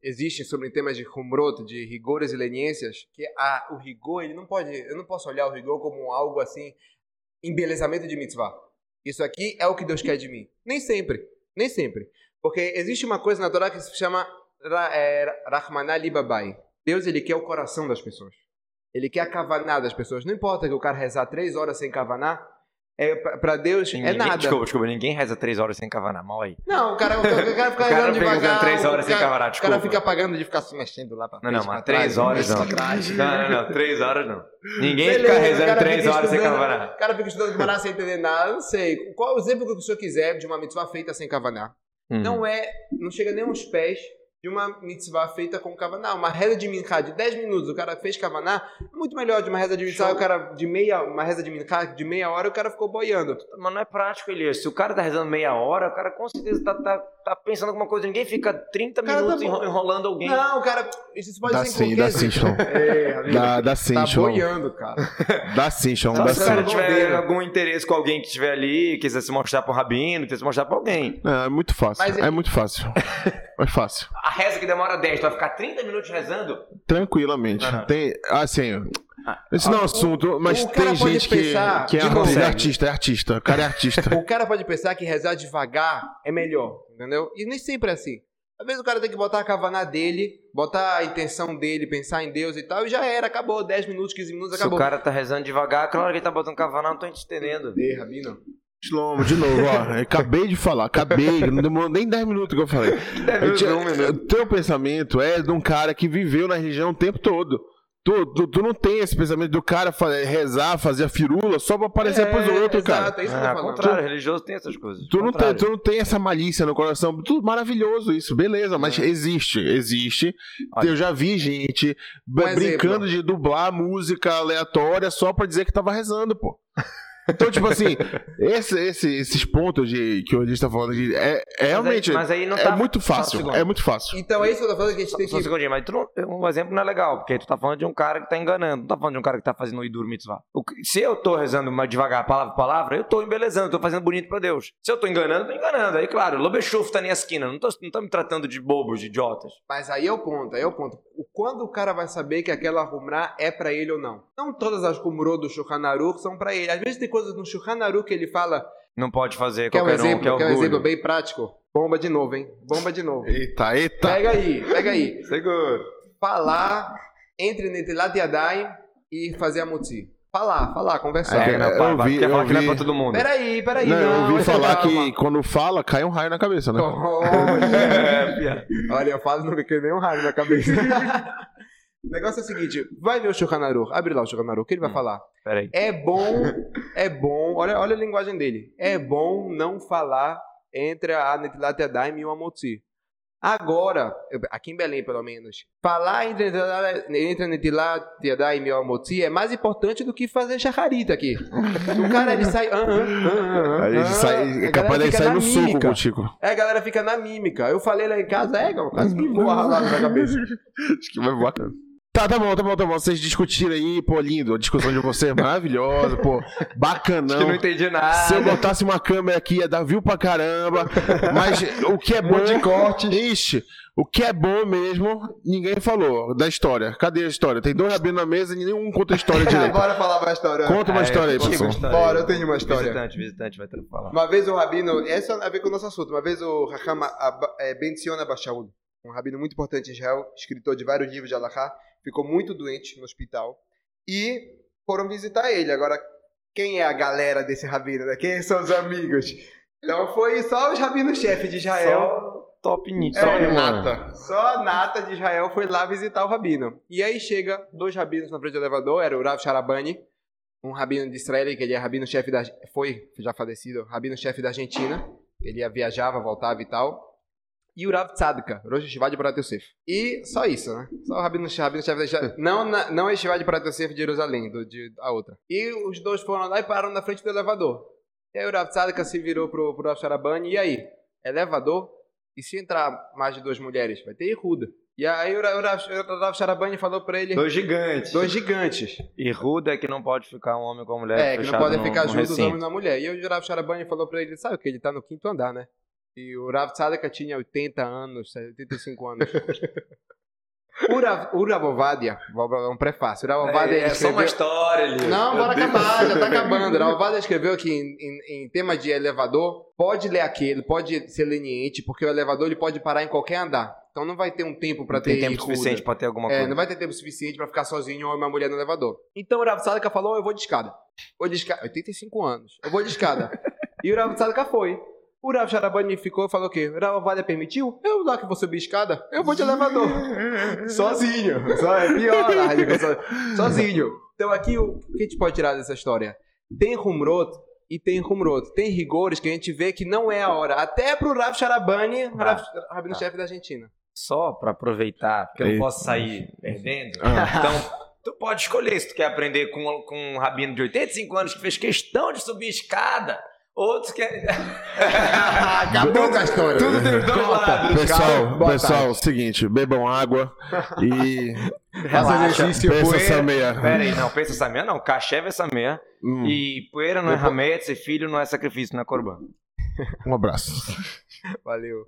[SPEAKER 1] existe sobre temas de humroto, de rigores e leniências, que a, o rigor, ele não pode... Eu não posso olhar o rigor como algo assim, embelezamento de mitzvah. Isso aqui é o que Deus quer de mim. Nem sempre. Nem sempre. Porque existe uma coisa na Torá que se chama Ra- é, Rahmaná Libabai. Deus, ele quer o coração das pessoas. Ele quer a cavanada das pessoas. Não importa que o cara rezar três horas sem cavanar. É, pra pra Deus, é
[SPEAKER 2] Ninguém-
[SPEAKER 1] nada.
[SPEAKER 2] Desculpa, desculpa, ninguém reza três horas sem cavanar. Mal aí.
[SPEAKER 1] Não, o cara, o cara, o cara fica
[SPEAKER 2] O cara
[SPEAKER 1] andando
[SPEAKER 2] fica usando
[SPEAKER 1] devagar.
[SPEAKER 2] três
[SPEAKER 1] o
[SPEAKER 2] horas sem
[SPEAKER 1] cara-
[SPEAKER 2] cavanar,
[SPEAKER 1] O
[SPEAKER 2] desculpa.
[SPEAKER 1] cara fica pagando de ficar se mexendo lá pra
[SPEAKER 2] Não,
[SPEAKER 1] frente.
[SPEAKER 2] não, mas
[SPEAKER 1] pra
[SPEAKER 2] três
[SPEAKER 1] trás,
[SPEAKER 2] horas não.
[SPEAKER 1] pra
[SPEAKER 2] Não,
[SPEAKER 1] trás.
[SPEAKER 2] não, não, três horas não. Ninguém
[SPEAKER 1] Beleza,
[SPEAKER 2] fica
[SPEAKER 1] o
[SPEAKER 2] rezando
[SPEAKER 1] cara
[SPEAKER 2] três
[SPEAKER 1] fica
[SPEAKER 2] horas sem
[SPEAKER 1] estudando-
[SPEAKER 2] cavanar.
[SPEAKER 1] O cara fica estudando Kavaná sem entender nada, não sei. Qual o exemplo que o senhor quiser de uma mitzvah feita sem Kavaná?
[SPEAKER 2] Uhum.
[SPEAKER 1] Não é, não chega nem aos pés de uma mitzvah feita com Kavaná. Uma reza de minchá de 10 minutos, o cara fez Kavaná, é muito melhor de uma reza de mitzvah, o cara de meia, uma reza de minchá de meia hora, o cara ficou boiando.
[SPEAKER 2] Mas não é prático, Elias. Se o cara tá rezando meia hora, o cara com certeza tá, tá, tá pensando alguma coisa. Ninguém fica 30
[SPEAKER 1] cara tá
[SPEAKER 2] minutos
[SPEAKER 1] bom.
[SPEAKER 2] enro- enrolando alguém.
[SPEAKER 1] Não, cara, isso pode
[SPEAKER 3] Dá
[SPEAKER 1] ser em qualquer
[SPEAKER 3] sim, dá sim,
[SPEAKER 1] exemplo.
[SPEAKER 3] Chão.
[SPEAKER 1] É, amigo,
[SPEAKER 3] Dá, dá
[SPEAKER 1] tá
[SPEAKER 3] sim, Chão.
[SPEAKER 1] boiando, cara.
[SPEAKER 3] Dá sim, Chão.
[SPEAKER 2] Só
[SPEAKER 3] Dá
[SPEAKER 2] se o cara
[SPEAKER 3] sim.
[SPEAKER 2] tiver
[SPEAKER 1] Bombeiro.
[SPEAKER 2] algum interesse com alguém que estiver ali, quiser se mostrar pro Rabino, quiser se mostrar pra alguém.
[SPEAKER 3] É, é muito fácil.
[SPEAKER 1] Mas
[SPEAKER 3] é...
[SPEAKER 1] é-
[SPEAKER 3] muito fácil. É fácil.
[SPEAKER 2] A reza que demora 10, tu vai ficar 30 minutos rezando?
[SPEAKER 3] Tranquilamente.
[SPEAKER 2] Não, não.
[SPEAKER 3] Tem, assim,
[SPEAKER 2] Ah,
[SPEAKER 3] esse não é um assunto, mas
[SPEAKER 1] o cara
[SPEAKER 3] tem
[SPEAKER 1] pode
[SPEAKER 3] gente que,
[SPEAKER 1] pensar
[SPEAKER 3] que é
[SPEAKER 1] de
[SPEAKER 3] arro- ele é
[SPEAKER 2] consegue.
[SPEAKER 3] artista, é artista. O cara é artista.
[SPEAKER 1] O cara pode pensar que rezar devagar é melhor, entendeu? E nem sempre é assim. Às vezes o cara tem que botar a cavaná dele, botar a intenção dele, pensar em Deus e tal, e já era, acabou. 10 minutos, 15 minutos,
[SPEAKER 2] Se o
[SPEAKER 1] acabou.
[SPEAKER 2] cara tá rezando devagar, claro que ele tá botando cavaná, não tô entendendo.
[SPEAKER 1] Ei, Rabino.
[SPEAKER 3] Shlomo, de novo, ó. Eu Acabei de falar, acabei. Não demorou nem 10 minutos que eu falei.
[SPEAKER 1] É
[SPEAKER 3] Eu
[SPEAKER 2] minutos,
[SPEAKER 3] tinha-
[SPEAKER 2] um minuto.
[SPEAKER 3] o teu pensamento é de um cara que viveu na região o tempo todo. Tu, tu, tu não tem esse pensamento do cara fa- rezar, fazer a firula só pra aparecer depois o outro, cara.
[SPEAKER 1] Exato, é isso que eu tô
[SPEAKER 2] Ah, ao
[SPEAKER 1] falando.
[SPEAKER 2] contrário, religioso tem essas coisas.
[SPEAKER 3] Tu não, tem,
[SPEAKER 2] Contrário.
[SPEAKER 3] tu não tem essa malícia no coração. Tudo maravilhoso isso, beleza, mas existe, existe.
[SPEAKER 2] Olha.
[SPEAKER 3] Eu já vi gente b-
[SPEAKER 1] Um exemplo.
[SPEAKER 3] brincando de dublar música aleatória só pra dizer que tava rezando, pô. Então, tipo assim, esse- esse- esses pontos de, que o Elis tá falando de, é, é
[SPEAKER 2] Mas aí-
[SPEAKER 3] realmente
[SPEAKER 2] mas aí não
[SPEAKER 3] é
[SPEAKER 2] tá-
[SPEAKER 3] muito
[SPEAKER 2] só um
[SPEAKER 3] fácil.
[SPEAKER 2] segundo.
[SPEAKER 3] É muito fácil.
[SPEAKER 1] Então é isso que eu tô falando que a gente tem
[SPEAKER 2] Só um
[SPEAKER 1] que.
[SPEAKER 2] segundinho, mas tu não- um exemplo não é legal, porque tu tá falando de um cara que tá enganando, não tá falando de um cara que tá fazendo o Idur Mitzvah. O que- se eu tô rezando mais devagar, palavra por palavra, eu tô embelezando, eu tô fazendo bonito pra Deus. Se eu tô enganando, eu tô enganando. Aí, claro, o Lobechuf tá na minha esquina, não tô, não tô me tratando de bobos, de idiotas.
[SPEAKER 1] Mas aí é o ponto, aí é o ponto. O- Quando o cara vai saber que aquela rumrá é pra ele ou não? Não todas as rumrô do Shulchan Aruch são pra ele. Às vezes tem coisas no Shulchan Aruch que ele fala.
[SPEAKER 2] Não pode fazer
[SPEAKER 1] Quer um
[SPEAKER 2] qualquer
[SPEAKER 1] exemplo?
[SPEAKER 2] um, que é
[SPEAKER 1] quer um exemplo
[SPEAKER 2] orgulho.
[SPEAKER 1] bem prático? Bomba de novo, hein? Bomba de novo.
[SPEAKER 3] Eita,
[SPEAKER 2] Tá.
[SPEAKER 3] eita.
[SPEAKER 1] Pega aí, pega aí.
[SPEAKER 2] Seguro.
[SPEAKER 1] falar entre Netilat Yadai e fazer a mutzi. Falar, falar, conversar.
[SPEAKER 2] É,
[SPEAKER 3] Sabe,
[SPEAKER 2] não,
[SPEAKER 3] eu
[SPEAKER 2] pá, pá,
[SPEAKER 3] vi-
[SPEAKER 2] quer falar
[SPEAKER 3] eu
[SPEAKER 2] que não é
[SPEAKER 3] vi-
[SPEAKER 2] pra todo mundo.
[SPEAKER 1] Peraí, peraí.
[SPEAKER 3] Não, eu ouvi
[SPEAKER 1] essa
[SPEAKER 3] falar
[SPEAKER 1] calma.
[SPEAKER 3] que quando fala, cai um raio na cabeça, né?
[SPEAKER 1] é Olha,
[SPEAKER 2] É, piada.
[SPEAKER 1] Olha, eu falo, não fiquei nem um raio na cabeça. o negócio é o seguinte, vai ver o Shulchan Aruch, abre lá o Shulchan Aruch, o que ele vai
[SPEAKER 2] Hum.
[SPEAKER 1] falar?
[SPEAKER 2] Peraí.
[SPEAKER 1] É bom, é bom, olha, olha a linguagem dele. É bom não falar entre a Netilat Yadayim e o Amotzi. Agora, eu- aqui em Belém pelo menos, falar entre, Netilat- entre Netilat Yadayim e o Amotzi é mais importante do que fazer chacarita aqui. O cara, ele sai... ah, ah, ah, ah,
[SPEAKER 3] Aí ele
[SPEAKER 1] ah,
[SPEAKER 3] sai-
[SPEAKER 1] a
[SPEAKER 3] é capaz
[SPEAKER 1] galera
[SPEAKER 3] de
[SPEAKER 1] fica
[SPEAKER 3] sair
[SPEAKER 1] na
[SPEAKER 3] no soco
[SPEAKER 1] mímica.
[SPEAKER 3] contigo.
[SPEAKER 1] É, a galera fica na mímica. Eu falei lá em casa, é, eu quase que voa ralado na cabeça.
[SPEAKER 3] Acho que vai voar. Tá, tá bom, tá bom, tá bom. Vocês discutiram aí, pô, lindo. A discussão de vocês é maravilhosa, pô.
[SPEAKER 2] Acho que não
[SPEAKER 3] Bacanão.
[SPEAKER 2] entendi nada.
[SPEAKER 3] Se eu botasse uma câmera aqui, ia dar view pra caramba. Mas o que é bom.
[SPEAKER 1] Um Monte de cortes.
[SPEAKER 3] Ixi, o que é bom mesmo, ninguém falou da história. Cadê a história? Tem dois rabinos na mesa e nenhum conta a
[SPEAKER 1] É,
[SPEAKER 3] história direito.
[SPEAKER 1] Bora falar mais restaurante.
[SPEAKER 3] Conta uma
[SPEAKER 2] É,
[SPEAKER 3] história aí,
[SPEAKER 1] tipo,
[SPEAKER 2] conta uma
[SPEAKER 3] pessoal.
[SPEAKER 2] história.
[SPEAKER 1] Bora, eu tenho uma história.
[SPEAKER 2] Visitante, visitante, vai ter que falar.
[SPEAKER 1] Uma vez o rabino, essa a ver com o nosso assunto, uma vez o Raham Ab- eh, Benzion Abashaud, um rabino muito importante em Israel, escritor de vários livros de Allahá, ficou muito doente no hospital e foram visitar ele. Agora, quem é a galera desse rabino? Né? Quem são os amigos? Então foi só os rabinos-chefe de
[SPEAKER 2] é
[SPEAKER 1] Israel.
[SPEAKER 2] Só top nisso.
[SPEAKER 1] É,
[SPEAKER 2] Só um.
[SPEAKER 1] nata. Só a nata de Israel foi lá visitar o rabino. E aí chega dois rabinos na frente do elevador, era o Rav Sharabani, um rabino de Israel, que ele é rabino-chefe da... Foi, já falecido, rabino-chefe da Argentina. Ele ia- viajava, voltava e tal. E o Rav Tzadka, Rosh Yeshiva de Parat Yosef. E só isso, né? Só o rabino-chefe rabino-chefe da Argentina. Não, na, não a Yeshiva de Parat Yosef de Jerusalém, do, de, a outra. E os dois foram lá e pararam na frente do elevador. E aí o Rav Tzadka se virou pro, pro Rav Sharabani, e aí? Elevador? E se entrar mais de duas mulheres? Vai ter irruda. E aí o Ra- o Rav, o Rav Sharabani falou pra ele...
[SPEAKER 2] Dois gigantes.
[SPEAKER 1] Dois gigantes.
[SPEAKER 2] E ruda é que não pode ficar um homem com uma mulher.
[SPEAKER 1] É, que não
[SPEAKER 2] fechado
[SPEAKER 1] podem
[SPEAKER 2] num-
[SPEAKER 1] ficar
[SPEAKER 2] num
[SPEAKER 1] juntos os
[SPEAKER 2] recinto.
[SPEAKER 1] homens e a mulher. E o Rav Sharabani falou pra ele, sabe que ele tá no quinto andar, né? E o Rav Tzadka tinha 80 anos, 85 anos. o, Rav, o Rav Ovadia, vou dar um prefácio, o Rav Ovadia
[SPEAKER 2] É,
[SPEAKER 1] ele
[SPEAKER 2] é só
[SPEAKER 1] escreveu...
[SPEAKER 2] uma história ali.
[SPEAKER 1] Não,
[SPEAKER 2] Meu
[SPEAKER 1] bora
[SPEAKER 2] Deus.
[SPEAKER 1] acabar, já tá acabando. O Rav Ovadia escreveu que em, em- em tema de elevador, pode ler aquele, pode ser leniente, porque o elevador ele pode parar em qualquer andar. Então não vai ter um tempo pra
[SPEAKER 2] Não
[SPEAKER 1] ter.
[SPEAKER 2] tem tempo
[SPEAKER 1] ruda.
[SPEAKER 2] suficiente pra ter alguma
[SPEAKER 1] É,
[SPEAKER 2] coisa.
[SPEAKER 1] não vai ter tempo suficiente pra ficar sozinho ou uma mulher no elevador. Então o Rav Sadaka falou: eu vou de escada. Vou de escada. 85 anos. Eu vou de escada. e o Rav Sadaka foi. O Rav Charabani ficou e falou o quê? O Rav Valia permitiu? Eu lá que vou subir escada, eu vou de elevador. sozinho. Só é pior, né? Ele ficou so- Sozinho. Então aqui, o o que a gente pode tirar dessa história? Tem rumroto e tem rumroto. Tem rigores que a gente vê que não é a hora. Até pro Rav Charabani, Rav, Rabino-chefe da Argentina.
[SPEAKER 2] Só pra aproveitar, porque eu não
[SPEAKER 3] Eita.
[SPEAKER 2] posso sair perdendo.
[SPEAKER 3] Ah.
[SPEAKER 2] Então, tu pode escolher se tu quer aprender com, com um rabino de 85 anos que fez questão de subir escada. Outros que.
[SPEAKER 1] Acabou com a história. Tudo tem os dois lados.
[SPEAKER 3] Pessoal,
[SPEAKER 1] Boa
[SPEAKER 3] pessoal, é seguinte, bebam água e
[SPEAKER 1] Relaxa.
[SPEAKER 3] pensa essa
[SPEAKER 2] poeira.
[SPEAKER 3] meia.
[SPEAKER 2] Pera aí, não, pensa essa meia, não. Cachev é essa meia.
[SPEAKER 3] Hum,
[SPEAKER 2] E poeira não é ramete, e filho não é sacrifício, não é corban.
[SPEAKER 3] Um abraço.
[SPEAKER 1] Valeu.